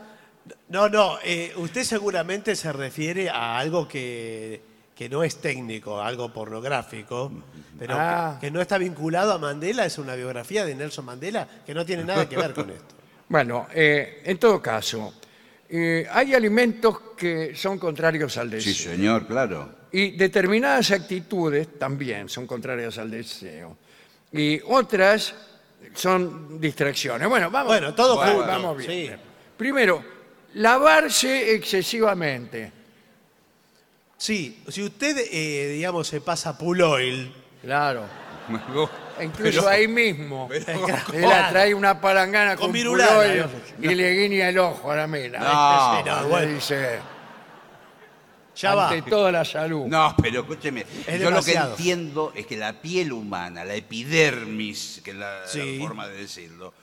S3: No, no, eh, usted seguramente se refiere a algo que, que no es técnico, algo pornográfico, pero
S4: Ah.
S3: que, que no está vinculado a Mandela, es una biografía de Nelson Mandela que no tiene nada que ver con esto.
S4: Bueno, eh, en todo caso, eh, hay alimentos que son contrarios al
S2: Sí,
S4: deseo.
S2: señor, claro.
S4: Y determinadas actitudes también son contrarias al deseo. Y otras son distracciones. Bueno, vamos,
S3: Bueno, todo
S4: vamos,
S3: junto,
S4: vamos bien.
S3: sí.
S4: Primero, lavarse excesivamente.
S3: Sí, si usted, eh, digamos, se pasa pool oil,
S4: Claro. E Incluso
S2: Pero-
S4: ahí mismo.
S3: pero-
S4: Él trae una palangana
S3: Con
S4: con,
S3: virulana,
S4: purolio
S3: ¿no?
S4: y le guiña el ojo a la mela.
S2: No,
S4: Y le
S3: no, bueno.
S4: dice,
S3: ya va.
S4: ante toda la salud.
S2: No, pero escúcheme. yo lo que
S3: demasiado.
S2: entiendo es que la piel humana, la epidermis, que es la, la
S3: Sí.
S2: forma de decirlo,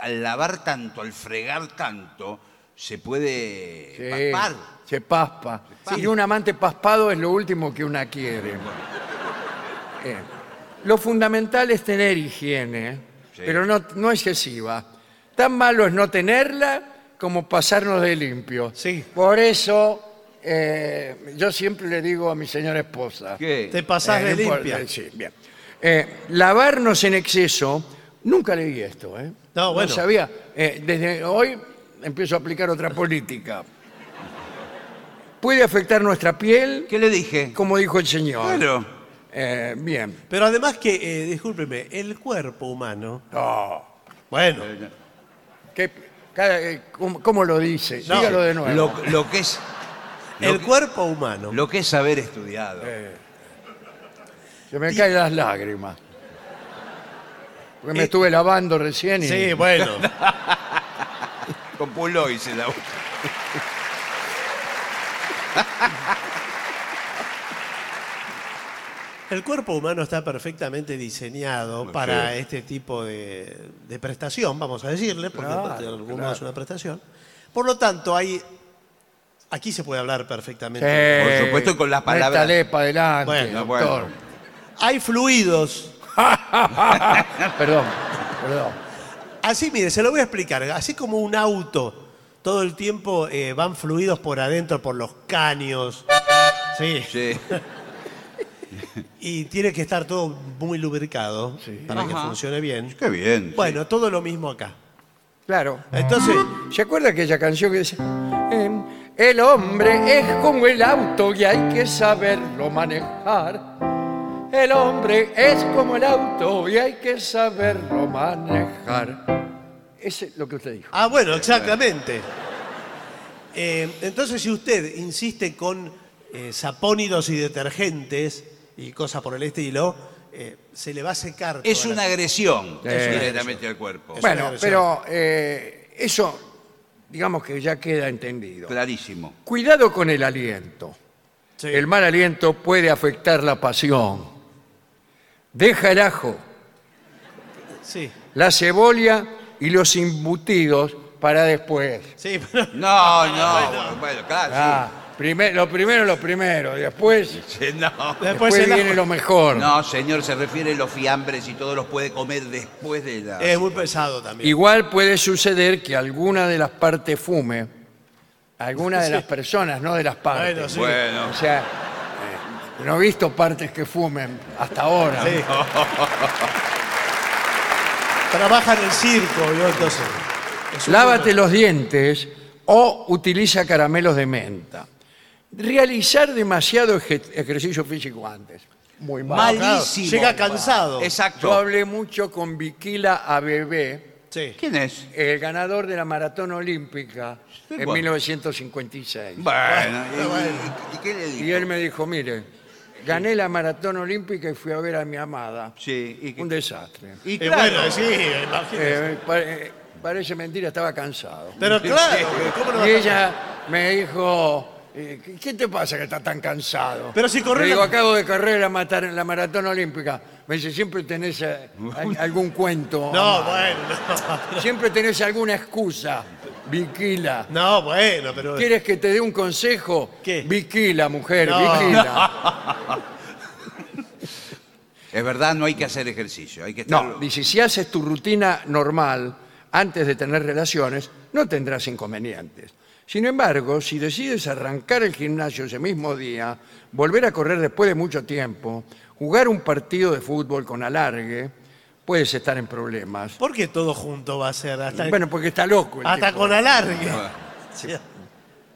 S2: al lavar tanto, al fregar tanto, se puede
S4: Sí,
S2: papar.
S4: Se paspa. Y un amante paspado es lo último que una quiere. Eh, lo fundamental es tener higiene, ¿eh?
S2: Sí.
S4: pero no, no excesiva. Tan malo es no tenerla como pasarnos de limpio.
S3: Sí.
S4: Por eso eh, yo siempre le digo a mi señora esposa.
S2: ¿Qué?
S3: Te pasás
S4: Eh,
S3: de
S4: no importa,
S3: limpia.
S4: sí, bien. Eh, lavarnos en exceso, nunca leí esto, ¿eh?
S3: No, bueno.
S4: sabía. Eh, desde hoy empiezo a aplicar otra política. Puede afectar nuestra piel,
S2: ¿Qué le dije?
S4: como dijo el señor.
S2: Claro.
S4: Eh, bien.
S3: Pero además que, eh, discúlpeme, el cuerpo humano,
S4: Oh,
S3: bueno,
S2: Eh,
S4: qué- cada- eh, ¿cómo, cómo lo dice?
S3: No,
S4: Dígalo de nuevo.
S2: Lo, lo que es, lo
S3: el
S2: que-
S3: cuerpo humano
S2: lo que es haber estudiado.
S4: Se me caen las lágrimas. Porque me estuve lavando recién y...
S3: Sí, bueno.
S2: Con Pulo hice la
S3: El cuerpo humano está perfectamente diseñado para este tipo de, de prestación, vamos a decirle, porque
S4: Claro,
S3: de algún modo
S4: claro.
S3: es una prestación. Por lo tanto, hay. Aquí se puede hablar perfectamente.
S4: Sí.
S2: Por supuesto, con las palabras-
S4: Métale pa' adelante,
S3: Bueno,
S2: bueno.
S4: doctor.
S3: Hay fluidos.
S4: Perdón, perdón.
S3: Así, mire, se lo voy a explicar. Así como un auto, todo el tiempo eh, van fluidos por adentro, por los caños. Sí.
S2: Sí.
S3: Y tiene que estar todo muy lubricado para que funcione bien.
S2: Qué bien. sí.
S3: Bueno, todo lo mismo acá.
S4: Claro.
S3: Entonces,
S4: ¿Se acuerda aquella canción que dice? "Em, el hombre es como el auto y hay que saberlo manejar. El hombre es como el auto y hay que saberlo manejar. Ese es lo que usted dijo.
S3: Ah, bueno, exactamente. Eh, entonces, si usted insiste con eh, sapónidos y detergentes y cosas por el estilo, eh, se le va a secar.
S2: Es
S3: toda
S2: una
S3: la-
S2: agresión
S4: Es una
S2: directamente al cuerpo.
S3: Es- una
S4: Bueno,
S3: versión.
S4: pero eh, eso, digamos que ya queda entendido.
S2: Clarísimo.
S4: Cuidado con el aliento.
S3: Sí.
S4: El mal aliento puede afectar la pasión. Deja el ajo,
S3: Sí,
S4: la cebolla y los embutidos para después.
S3: sí, pero-
S2: No, no. Bueno, claro.
S4: Ah, primer- lo primero, lo primero. y Después,
S2: sí. No.
S3: después
S4: después
S3: el ajo-
S4: viene lo mejor.
S2: No, señor, se refiere a los fiambres y todos los puede comer después de la.
S3: es muy pesado también.
S4: Igual puede suceder que alguna de las partes fume. Alguna de
S3: Sí.
S4: las personas, no de las partes.
S3: Bueno, sí.
S2: Bueno.
S4: O sea, eh, no he visto partes que fumen hasta ahora.
S3: Sí. Trabaja en el circo, ¿no? entonces. es un
S4: Lávate los dientes o utiliza caramelos de menta. Realizar demasiado eje- ejercicio físico antes. Muy mal.
S3: número- Claro,
S2: Malísimo.
S3: Llega cansado.
S4: Yo
S2: Exacto.
S4: hablé mucho con Viquila Abebé,
S3: Sí.
S2: ¿Quién es?
S4: el ganador de la maratón olímpica
S2: Sí,
S4: en
S2: bueno.
S4: 1956.
S2: Bueno, y-
S3: bueno.
S2: ¿y, y qué le
S4: Y
S2: digo?
S4: él me dijo, mire, gané la maratón olímpica y fui a ver a mi amada.
S2: Sí, y,
S4: Un desastre.
S2: y
S3: Eh,
S2: claro,
S3: Bueno, sí, imagínese.
S4: Eh, pa- eh, parece mentira, estaba cansado.
S3: Pero claro, ¿cómo no va a-
S4: Y ella me dijo, eh, ¿qué- ¿Qué te pasa que estás tan cansado?
S3: Pero si corre
S4: Le digo,
S3: la-
S4: acabo de correr la, matar- la maratón olímpica. Me dice, siempre tenés eh, al- algún cuento.
S3: No, bueno, no.
S4: Siempre tenés alguna excusa. Vigila.
S3: No, bueno, pero.
S4: ¿Quieres que te dé un consejo?
S3: ¿Qué?
S4: Vigila, mujer,
S3: No.
S4: vigila.
S2: Es verdad, no hay que hacer ejercicio, hay que estar...
S4: No, dice, si haces tu rutina normal antes de tener relaciones, no tendrás inconvenientes. Sin embargo, si decides arrancar el gimnasio ese mismo día, volver a correr después de mucho tiempo, jugar un partido de fútbol con alargue, puedes estar en problemas.
S3: ¿Por qué todo junto va a ser? Hasta,
S4: Bueno, porque está loco. el
S3: hasta
S4: tipo.
S3: con alargue. Sí.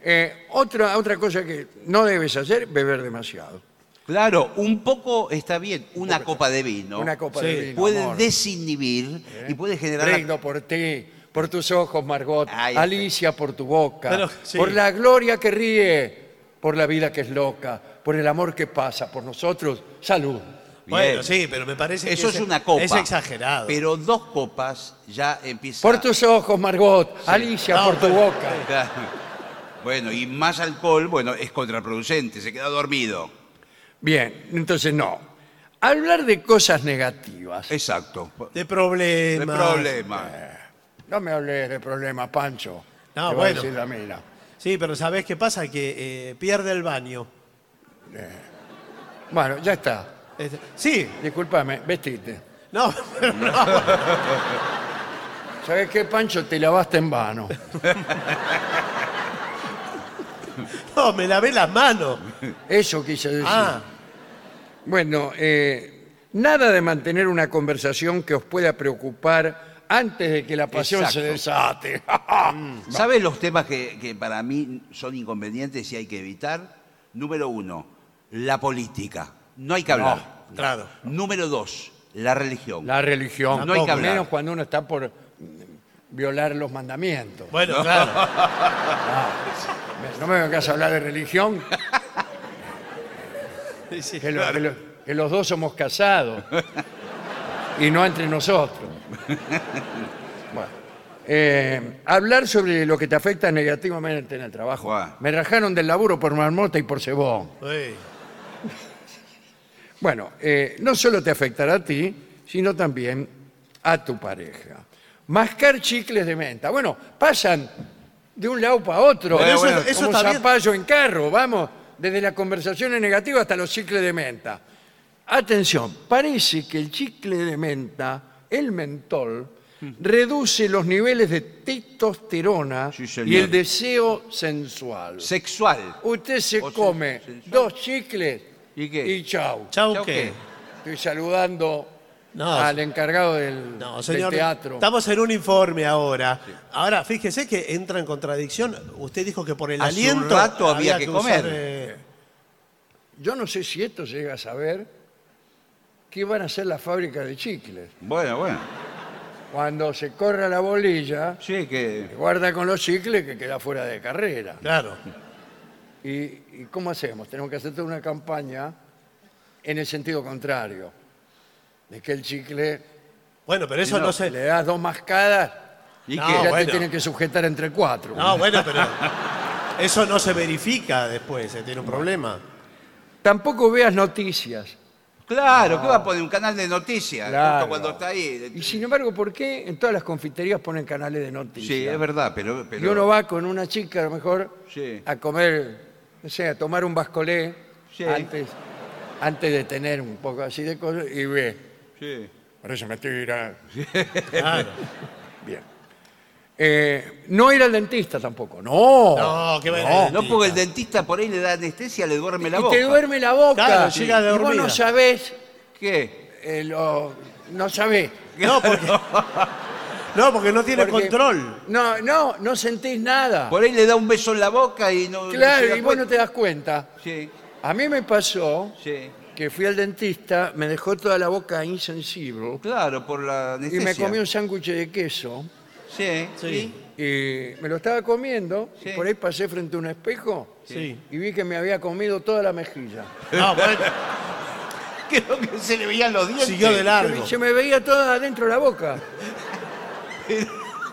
S4: Eh, otra, otra cosa que no debes hacer, beber demasiado.
S2: Claro, un poco está bien, una copa de vino.
S4: Una copa
S3: Sí,
S4: de vino.
S2: puede
S4: amor.
S2: desinhibir y puede generar... la-
S4: Brindo por ti, por tus ojos, Margot.
S2: Ahí está.
S4: Alicia, por tu boca.
S3: Pero, sí.
S4: Por la gloria que ríe, por la vida que es loca, por el amor que pasa, por nosotros. Salud.
S3: Bueno,
S2: Bien.
S3: sí, pero me parece que
S2: Eso es
S3: ese-
S2: una copa.
S3: Es exagerado.
S2: Pero dos copas ya empieza...
S4: Por tus ojos, Margot. Alicia,
S3: No,
S4: por tu
S3: pero-
S4: boca.
S2: Claro. Bueno, y más alcohol, bueno, es contraproducente, se queda dormido.
S4: Bien, entonces no. Hablar de cosas negativas.
S2: Eh. Exacto.
S3: De
S2: De
S3: problemas.
S2: problema.
S4: No me hables de problemas, Pancho.
S3: No,
S4: te va a
S3: bueno.
S4: decir la mina.
S3: Sí, pero ¿sabés qué pasa? Que eh, pierde el baño.
S4: Bueno, ya está.
S3: Este- Sí,
S4: Discúlpame, vestite.
S3: no, pero no.
S4: ¿Sabes qué, Pancho? Te lavaste en vano.
S3: No, me lavé las manos.
S4: Eso quise decir.
S3: Ah,
S4: Bueno, eh, nada de mantener una conversación que os pueda preocupar antes de que la pasión se desate.
S2: ¿Sabe los temas que, que para mí son inconvenientes y hay que evitar? Número uno, la política. No hay que hablar.
S3: claro.
S2: Número dos, la religión.
S4: la religión.
S2: No hay que hablar.
S4: Menos cuando uno está por mm, violar los mandamientos.
S3: Bueno, claro.
S4: No me vengas a hablar de religión,
S3: Sí,
S4: que, lo- que lo- que los dos somos casados y no entre nosotros. Bueno, eh, hablar sobre lo que te afecta negativamente en el trabajo.
S2: Buah.
S4: Me rajaron del laburo por marmota y por cebón.
S3: Uy.
S4: Bueno, eh, no solo te afectará a ti, sino también a tu pareja. Mascar chicles de menta. Bueno, pasan de un lado para otro.
S3: Pero eso-
S4: Como
S3: eso
S4: como
S3: está bien.
S4: zapallo en carro, vamos, desde las conversaciones negativas hasta los chicles de menta. Atención, parece que el chicle de menta, el mentol,
S2: Hmm.
S4: reduce los niveles de testosterona
S2: Sí,
S4: y
S2: señor.
S4: el deseo sensual.
S2: Sexual.
S4: Usted se
S2: O sen-
S4: come
S2: sensual.
S4: dos chicles
S2: ¿Y qué?
S4: y chau.
S3: Chau,
S2: Chau,
S3: ¿qué?
S2: ¿qué?
S4: Estoy saludando
S3: No,
S4: al
S3: se-
S4: encargado del,
S3: No,
S4: del
S3: señor.
S4: teatro.
S3: Estamos en un informe ahora. Ahora, fíjese que entra en contradicción. Usted dijo que por el
S2: Hace un
S3: aliento.
S2: rato había que
S3: usar,
S2: comer.
S3: eh,
S4: Yo no sé si esto llega a saber qué van a hacer las fábricas de chicles.
S2: Bueno, bueno.
S4: Cuando se corra la bolilla,
S2: Sí,
S4: se
S2: que.
S4: guarda con los chicles que queda fuera de carrera.
S3: claro.
S4: ¿Y, y cómo hacemos? Tenemos que hacer toda una campaña en el sentido contrario. De que el chicle,
S3: Bueno, pero eso no,
S2: No,
S3: sé.
S4: le das dos mascadas
S2: ¿Y
S3: No,
S4: y ya
S2: qué?
S4: te
S3: bueno.
S4: tienen que sujetar entre cuatro.
S3: No, bueno, pero eso no se verifica después. Se tiene un problema.
S4: Tampoco veas noticias.
S2: Claro, ¿qué va a poner? Un canal de noticias.
S4: Claro.
S2: Justo cuando está ahí.
S4: Y sin embargo, ¿por qué en todas las confiterías ponen canales de noticias?
S2: Sí, es verdad, pero. pero-
S4: Y uno va con una chica, a lo mejor,
S2: Sí.
S4: a comer, no sé, a tomar un bascolé
S2: Sí.
S4: antes, antes de tener un poco así de cosas y ve.
S2: Sí.
S4: Parece mentira.
S3: Claro.
S4: Bien. Eh, no ir al dentista tampoco. No.
S3: No, qué bueno.
S4: No.
S2: No, porque el dentista por ahí le da anestesia, le duerme la
S4: Y
S2: boca.
S4: te duerme la boca.
S3: Claro, llega
S4: y vos
S3: dormida.
S4: no sabés,
S2: ¿Qué?
S4: eh, lo- no sabés.
S3: No, porque. No, porque no tiene
S4: Porque-
S3: control.
S4: No, no, no sentís nada.
S2: Por ahí le da un beso en la boca y no. no se
S4: Claro,
S2: da
S4: y vos no
S2: cuenta.
S4: te das cuenta.
S2: Sí,
S4: A mí me pasó
S2: sí.
S4: que fui al dentista, me dejó toda la boca insensible
S2: Claro, por la
S4: y
S2: anestesia.
S4: me comí un sándwich de queso
S2: Sí,
S3: Sí.
S2: sí.
S4: y me lo estaba comiendo
S2: Sí.
S4: y por ahí pasé frente a un espejo
S3: Sí.
S4: y vi que me había comido toda la mejilla.
S3: No, bueno.
S2: Creo que se le veían los dientes.
S3: Siguió de largo.
S4: Se me veía toda adentro de la boca.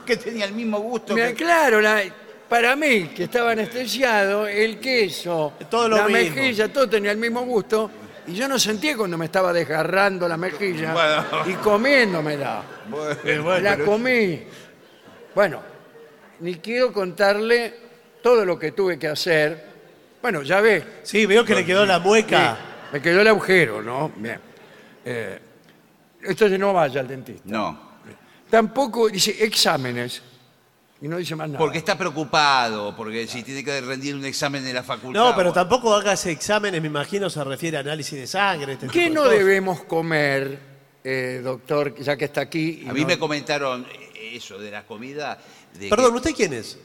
S2: Que tenía el mismo gusto.
S4: Me-
S2: que-
S4: claro, la- para mí, que estaba anestesiado, el queso,
S3: Todo lo
S4: la
S3: mismo.
S4: mejilla, todo tenía el mismo gusto. Y yo no sentía cuando me estaba desgarrando la mejilla
S5: Bueno.
S4: y comiéndomela.
S5: Bueno,
S4: la
S5: pero-
S4: comí. Bueno, ni quiero contarle todo lo que tuve que hacer. Bueno, ya ves,
S3: Sí, veo que le quedó la mueca.
S4: me quedó el agujero, ¿no? Bien. Eh, entonces no vaya al dentista.
S2: No,
S4: Tampoco dice exámenes. Y no dice más nada.
S2: porque está preocupado, porque si tiene que rendir un examen de la facultad.
S3: No, pero
S2: bueno.
S3: tampoco hagas exámenes, me imagino se refiere a análisis de sangre. este
S4: ¿Qué
S3: tipo de
S4: no
S3: cosas.
S4: debemos comer, eh, doctor, ya que está aquí? y
S2: A mí
S4: no-
S2: me comentaron eso de la comida. de
S3: Perdón, ¿usted quién es?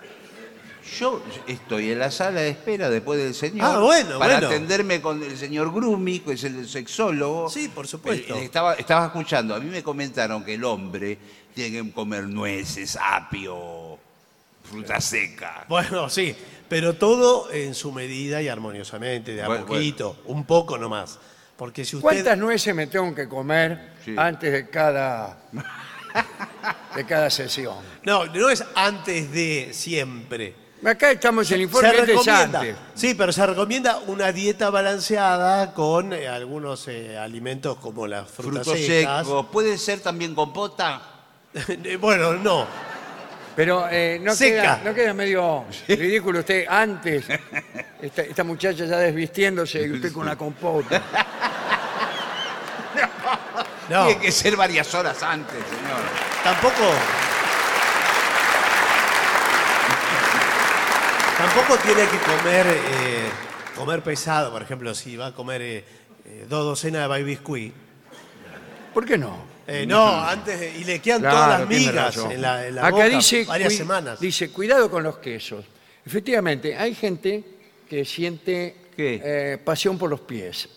S2: que yo estoy en la sala de espera después del señor.
S3: Ah, bueno,
S2: Para
S3: bueno.
S2: atenderme con el señor Grumi, que es el sexólogo.
S3: Sí, por supuesto.
S2: Eh, Estaba, estaba escuchando. A mí me comentaron que el hombre tiene que comer nueces, apio, fruta seca.
S3: Bueno, sí, pero todo en su medida y armoniosamente, de a
S2: Bueno,
S3: poquito, un poco nomás. Porque si usted.
S4: ¿Cuántas nueces me tengo que comer
S2: Sí.
S4: antes de cada, de cada sesión?
S3: No, no es antes de siempre.
S4: Acá estamos en el informe
S3: Se
S4: este es
S3: recomienda,
S4: antes.
S3: sí, pero se recomienda una dieta balanceada con eh, algunos eh, alimentos como las frutas
S2: Frutos
S3: secas.
S2: secos. ¿Puede ser también compota?
S3: bueno, no.
S4: Pero eh, no,
S3: Seca.
S4: queda, no queda medio ridículo usted antes. Esta, esta muchacha ya desvistiéndose y usted con la compota.
S3: No,
S2: Tiene que ser varias horas antes, señor.
S3: tampoco. Tampoco tiene que comer eh, comer pesado, por ejemplo, si va a comer eh, eh, dos docenas de baby biscuit.
S4: ¿Por qué no?
S3: Eh, no, antes de- y le quedan todas
S4: Mm. Claro,
S3: las
S4: tiene
S3: migas
S4: razón.
S3: en la, en la
S4: Acá
S3: boca
S4: dice,
S3: varias
S4: cui-
S3: semanas.
S4: Dice, cuidado con los quesos. Efectivamente, hay gente que siente
S2: ¿Qué?
S4: eh, pasión por los pies.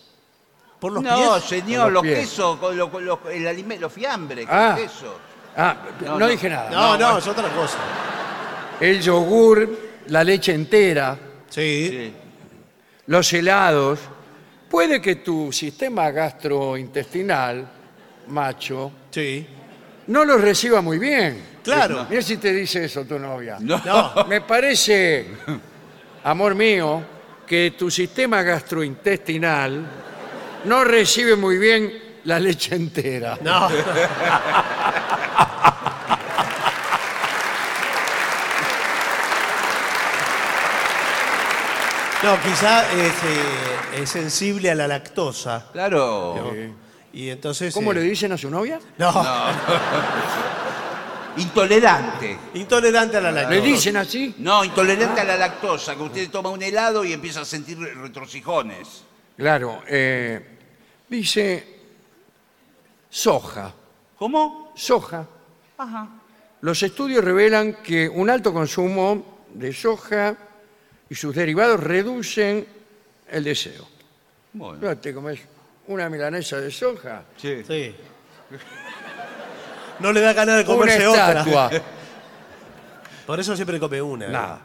S3: Por los
S2: no,
S3: pies.
S2: señor,
S4: Con
S2: los,
S4: los pies.
S2: quesos, con lo- con los, el alime- los fiambres, con
S4: Ah.
S2: los quesos.
S4: Ah, no,
S2: No, no.
S4: dije nada.
S3: No, no, es otra cosa.
S4: El yogur, la leche entera,
S3: Sí.
S2: Sí.
S4: los helados. Puede que tu sistema gastrointestinal, macho,
S3: Sí.
S4: no los reciba muy bien.
S3: Claro.
S4: Mira si te dice eso tu novia.
S3: No.
S4: Me parece, amor mío, que tu sistema gastrointestinal no recibe muy bien la leche entera.
S3: No. No, quizá este, es sensible a la lactosa.
S2: Claro.
S3: Y entonces.
S4: ¿Cómo
S3: eh,
S4: le dicen a su novia?
S3: No,
S2: Intolerante.
S3: intolerante a la lactosa.
S4: ¿Le dicen así?
S2: No, intolerante a la lactosa, que usted toma un helado y empieza a sentir re- retrocijones.
S4: Claro. eh, dice soja.
S2: ¿Cómo?
S4: Soja. Los estudios revelan que un alto consumo de soja y sus derivados reducen el deseo.
S2: Bueno.
S4: No, te comes una milanesa de soja,
S3: Sí. No le da ganas de
S4: una
S3: comerse
S4: estatua,
S3: otra. Por eso siempre come
S2: Eh,
S3: una.
S4: nada.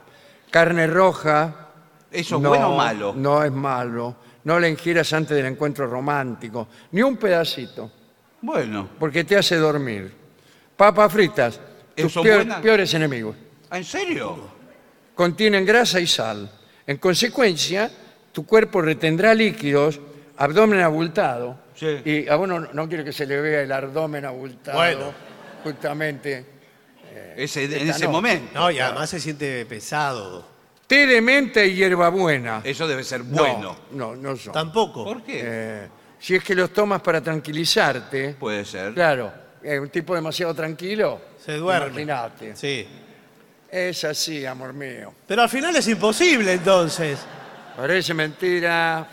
S4: Carne roja.
S2: ¿Eso es bueno o malo?
S4: No es malo. No la ingieras antes del encuentro romántico. Ni un pedacito,
S2: Bueno.
S4: porque te hace dormir. Papas fritas, tus
S2: ¿Eh, ¿Son
S4: peor-
S2: buenas?
S4: peores enemigos.
S2: Ah, ¿En serio?
S4: contienen grasa y sal. En consecuencia, tu cuerpo retendrá líquidos, abdomen abultado.
S2: Sí.
S4: Y a uno no quiere que se le vea el abdomen abultado.
S3: Bueno.
S4: Justamente.
S2: Ese- en
S4: Eh, esta
S2: ese
S4: no.
S2: momento.
S3: No, y además se siente pesado.
S4: Té de menta y hierbabuena.
S2: Eso debe ser
S4: No,
S2: bueno.
S4: No, no, son.
S3: Tampoco.
S2: ¿Por qué?
S4: Eh, si es que los tomas para tranquilizarte.
S2: Puede ser.
S4: Claro. eh, un tipo demasiado tranquilo.
S3: Se duerme.
S4: Imagínate.
S3: Sí.
S4: Es así, amor mío.
S3: Pero al final es imposible entonces.
S4: Parece mentira.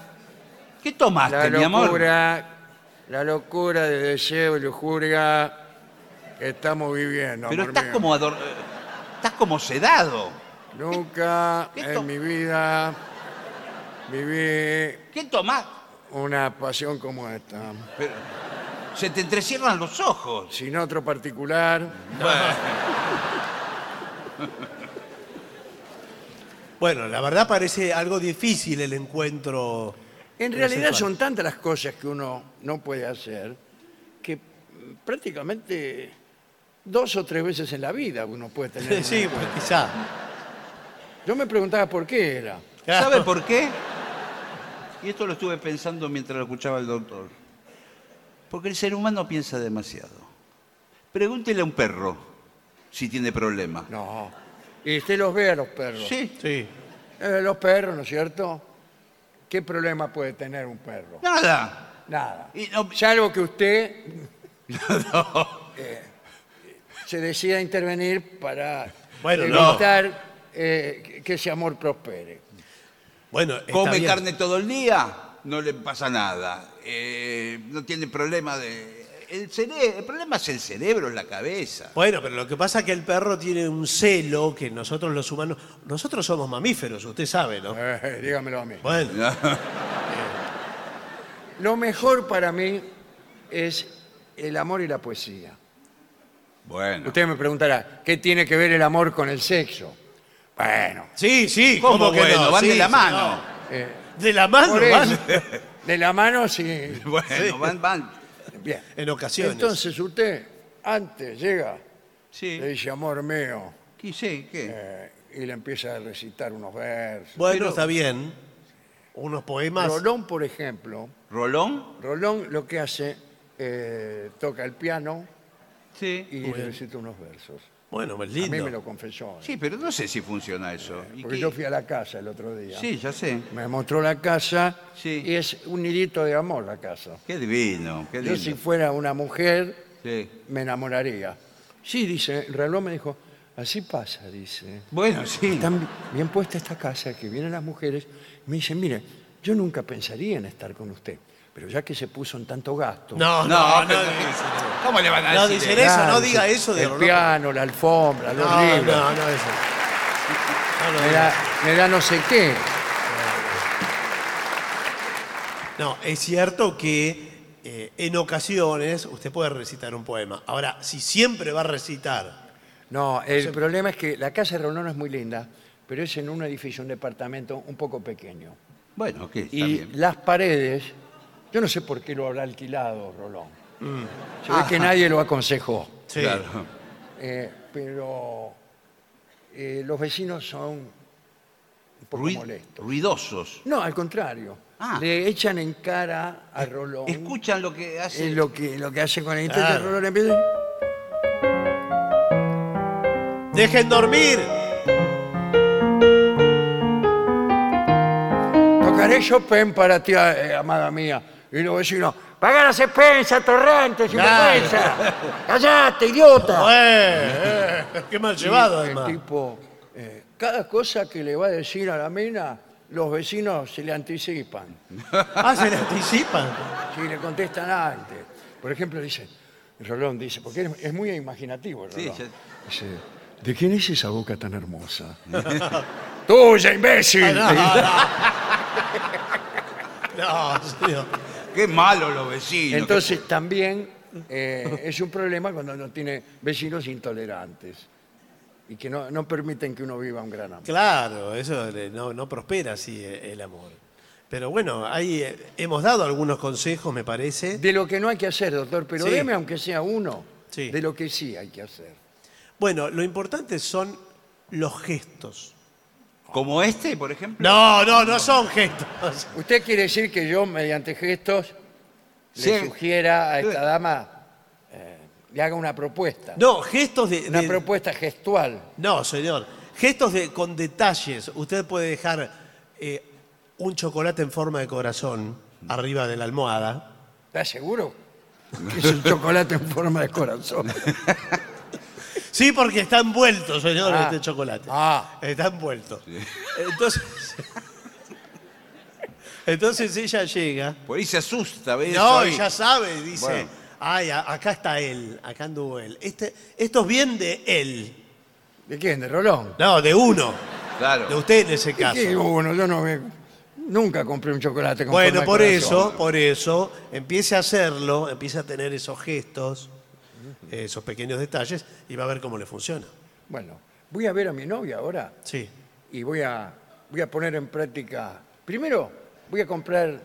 S2: ¿Qué tomaste,
S4: La
S2: mi amor?
S4: locura, la locura de deseo y lujuria que estamos viviendo.
S2: Pero
S4: amor
S2: estás
S4: mío.
S2: como ador- eh, estás como sedado.
S4: Nunca
S2: ¿Qué to-
S4: en mi vida viví
S2: ¿Qué tomás?
S4: una pasión como esta.
S2: Pero- se te entrecierran los ojos.
S4: Sin otro particular,
S3: Bueno, la verdad parece algo difícil el encuentro.
S4: en realidad
S3: sexual.
S4: son tantas las cosas que uno no puede hacer que mm, prácticamente dos o tres veces en la vida uno puede tener.
S3: Sí,
S4: una.
S3: pues quizá.
S4: Yo me preguntaba por qué era.
S3: Claro.
S2: ¿Sabe por qué? Y esto lo estuve pensando mientras lo escuchaba el doctor. Porque el ser humano piensa demasiado. Pregúntele a un perro si tiene problemas.
S4: No. Y usted los ve a los perros.
S2: Sí.
S3: Sí.
S4: Eh, los perros, ¿no es cierto? ¿Qué problema puede tener un perro?
S2: Nada.
S4: Nada.
S2: Y no-
S4: Salvo que usted eh, se decida intervenir para
S3: Bueno, no.
S4: evitar eh, que- que ese amor prospere.
S3: Bueno, está
S2: Come
S3: bien.
S2: carne todo el día, no le pasa nada. Eh, no tiene problema de... El, cere- el problema es el cerebro, es la cabeza.
S3: Bueno, pero lo que pasa es que el perro tiene un celo que nosotros los humanos. Nosotros somos mamíferos, usted sabe, ¿no?
S4: Eh, dígamelo a mí.
S3: Bueno,
S4: Lo mejor para mí es el amor y la poesía.
S2: Bueno.
S4: Usted me preguntará, ¿qué tiene que ver el amor con el sexo? Bueno,
S3: sí, sí,
S2: ¿Cómo,
S3: ¿cómo, que
S2: bueno?
S3: no?
S2: Van
S3: Sí,
S2: de la
S3: sí,
S2: mano.
S4: eh,
S3: no. De la
S2: Ah,
S3: mano,
S4: por eso,
S3: van.
S4: de la mano sí.
S2: Bueno, van, van.
S4: Bien.
S3: En ocasiones.
S4: Entonces usted antes llega,
S2: Sí.
S4: le dice amor mío
S2: ¿Y sí? ¿Qué?
S4: eh, y le empieza a recitar unos versos.
S3: bueno,
S2: pero-
S3: está bien. Unos poemas.
S4: Rolón, por ejemplo,
S2: ¿Rolón?
S4: Rolón lo que hace, eh, toca el piano
S2: Sí.
S4: y le recita unos versos.
S3: Bueno, es
S4: A mí
S3: lindo.
S4: me lo confesó. ¿eh?
S2: Sí, pero no sé si funciona eso. ¿Y
S4: Porque
S2: qué?
S4: yo fui a la casa el otro día.
S2: Sí, ya sé.
S4: Me mostró la casa
S2: Sí.
S4: y es un nidito de amor la casa.
S2: Qué divino, qué
S4: Yo si
S2: lindo.
S4: fuera una mujer
S2: Sí.
S4: me enamoraría. Sí, dice, el reloj me dijo, así pasa, dice.
S2: Bueno, sí.
S4: Tan bien puesta esta casa que vienen las mujeres y me dicen, mire, yo nunca pensaría en estar con usted, pero ya que se puso en tanto gasto.
S3: No, no, no. dice-
S2: ¿Cómo le van a
S3: No,
S2: decir?
S3: dice
S2: eso?
S3: eso,
S4: Claro,
S3: no diga eso de
S4: El
S3: Rolón.
S4: piano, la alfombra, los
S3: No,
S4: libros.
S3: no, no, eso. No, no,
S4: Me da, me da no sé qué.
S3: No, es cierto que eh, en ocasiones usted puede recitar un poema. Ahora, si siempre va a recitar,
S4: No, el problema es que la casa de Rolón es muy linda, pero es en un edificio, un departamento un poco pequeño.
S2: Bueno, ok, está
S4: Y
S2: bien.
S4: las paredes, yo no sé por qué lo habrá alquilado Rolón.
S2: Mm.
S4: Se ve que nadie lo aconsejó.
S3: sí,
S2: Claro.
S4: Eh, pero eh, los vecinos son un poco
S2: Ruid-
S4: molestos.
S2: ruidosos.
S4: No, al contrario.
S2: Ah. Eh,
S4: Le echan en cara a Rolón.
S2: Escuchan lo que
S4: eh,
S2: hace.
S4: lo, que, lo que hace con el intento
S3: Claro.
S4: Rolón empieza.
S3: ¡Dejen dormir!
S4: Tocaré Chopin para ti, eh, amada mía. Y los vecinos, paga las expensas, torrente, sinvergüenza. Callate, idiota.
S3: ¡Eh, eh! ¡Qué mal llevado,
S4: Ah. el
S3: además!
S4: tipo, eh, cada cosa que le va a decir a la mina, los vecinos se le anticipan.
S3: Ah, se le anticipan.
S4: Si le contestan antes. Por ejemplo, dice, Rolón dice, porque es- es muy imaginativo Rolón.
S2: Sí,
S4: Dice, ¿de quién es esa boca tan hermosa? ¡Tuya, imbécil!
S3: Ah, No, no. No, señor.
S2: Qué malo los vecinos.
S4: Entonces también eh, es un problema cuando uno tiene vecinos intolerantes y que no, no permiten que uno viva un gran amor.
S3: Claro, eso le- no, no prospera así eh, el amor. Pero bueno, ahí eh, hemos dado algunos consejos, me parece.
S4: De lo que no hay que hacer, doctor, pero
S3: Sí.
S4: deme aunque sea uno
S3: Sí.
S4: de lo que sí hay que hacer.
S3: Bueno, lo importante son los gestos.
S2: Como este, por ejemplo.
S3: No, no, no son gestos.
S4: ¿Usted quiere decir que yo, mediante gestos, le
S2: Sí.
S4: sugiera a esta dama, eh, le haga una propuesta?
S3: No, gestos de.
S4: una
S3: de-
S4: propuesta gestual.
S3: no, señor. Gestos de, con detalles. Usted puede dejar eh, un chocolate en forma de corazón arriba de la almohada.
S4: ¿Está seguro? Que es un chocolate en forma de corazón.
S3: Sí, porque está envuelto, señor,
S4: Ah.
S3: este chocolate.
S4: Ah.
S3: Está envuelto. Entonces. Entonces ella llega.
S2: Por ahí se asusta, ¿ves?
S3: No,
S2: Ahí.
S3: ya sabe, dice.
S2: Bueno.
S3: Ay, a- acá está él, acá anduvo él. Este, esto es bien de él.
S4: ¿De quién? ¿De Rolón?
S3: No, de uno.
S2: Claro.
S3: De usted en ese
S4: ¿Y
S3: caso.
S4: qué? Bueno, yo no me- nunca compré un chocolate con forma
S3: Bueno,
S4: de
S3: por
S4: corazón.
S3: eso, por eso, empiece a hacerlo, empiece a tener esos gestos, eh, esos pequeños detalles, y va a ver cómo le funciona.
S4: Bueno, voy a ver a mi novia ahora
S3: Sí.
S4: y voy a, voy a poner en práctica. Primero, voy a comprar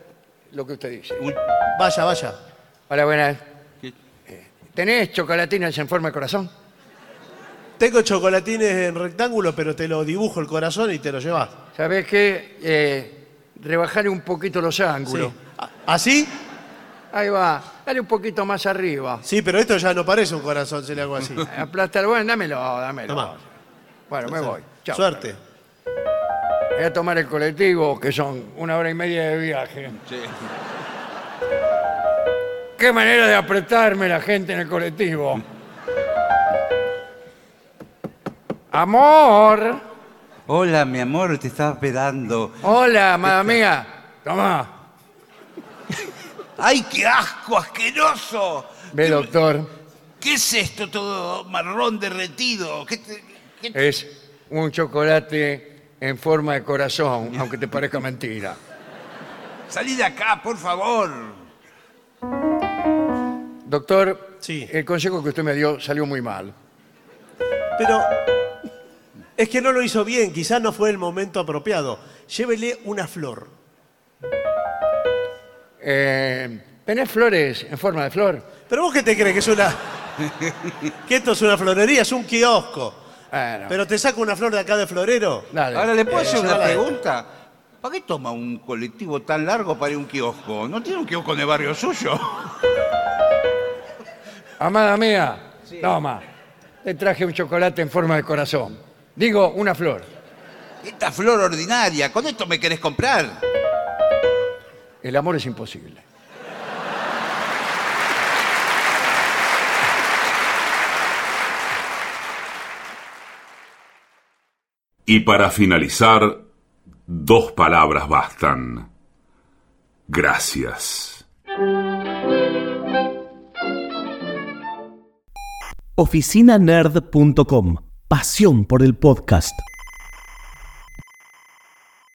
S4: lo que usted dice.
S2: Un-
S3: Vaya, vaya.
S4: Hola, buenas.
S2: ¿Qué?
S4: ¿Tenés chocolatinas en forma de corazón?
S3: Tengo chocolatines en rectángulo, pero te lo dibujo el corazón y te lo llevas.
S4: ¿Sabes qué? Eh, rebajarle un poquito los
S3: Sí.
S4: ángulos.
S3: ¿A- ¿Así?
S4: Ahí va. Dale un poquito más arriba.
S3: Sí, pero esto ya no parece un corazón, se le hago así.
S4: Aplastar. Bueno, dámelo, dámelo.
S3: Tomá.
S4: Bueno, me voy. Chao.
S3: Suerte.
S4: Voy a tomar el colectivo, que son una hora y media de viaje. Qué manera de apretarme la gente en el colectivo. Amor.
S2: Hola, mi amor, te estaba esperando.
S4: Hola, amada mía. Tomá.
S2: ¡Ay, qué asco, asqueroso!
S4: Ve, doctor.
S2: ¿Qué es esto todo marrón derretido? ¿Qué te- qué-
S4: Es un chocolate en forma de corazón, aunque te parezca mentira.
S2: Salí de acá, por favor.
S4: Doctor,
S3: Sí.
S4: el consejo que usted me dio salió muy mal.
S3: Pero es que no lo hizo bien, quizás no fue el momento apropiado. Llévele una flor.
S4: Eh, ¿Tenés flores en forma de flor?
S3: ¿Pero vos qué te crees que es una... que esto es una florería, es un kiosco.
S4: Bueno,
S3: Pero te saco una flor de acá de florero.
S4: dale.
S2: Ahora, ¿le puedo
S3: Eh,
S2: hacer una
S3: llévala.
S2: pregunta? ¿Para qué toma un colectivo tan largo para ir a un kiosco? ¿No tiene un kiosco en el barrio suyo?
S4: Amada mía, toma. Te traje un chocolate en forma de corazón. Digo, una flor.
S2: Esta flor ordinaria, ¿con esto me querés comprar?
S4: El amor es imposible.
S6: Y para finalizar, dos palabras bastan. Gracias.
S7: oficinanerd.com. Pasión por el podcast.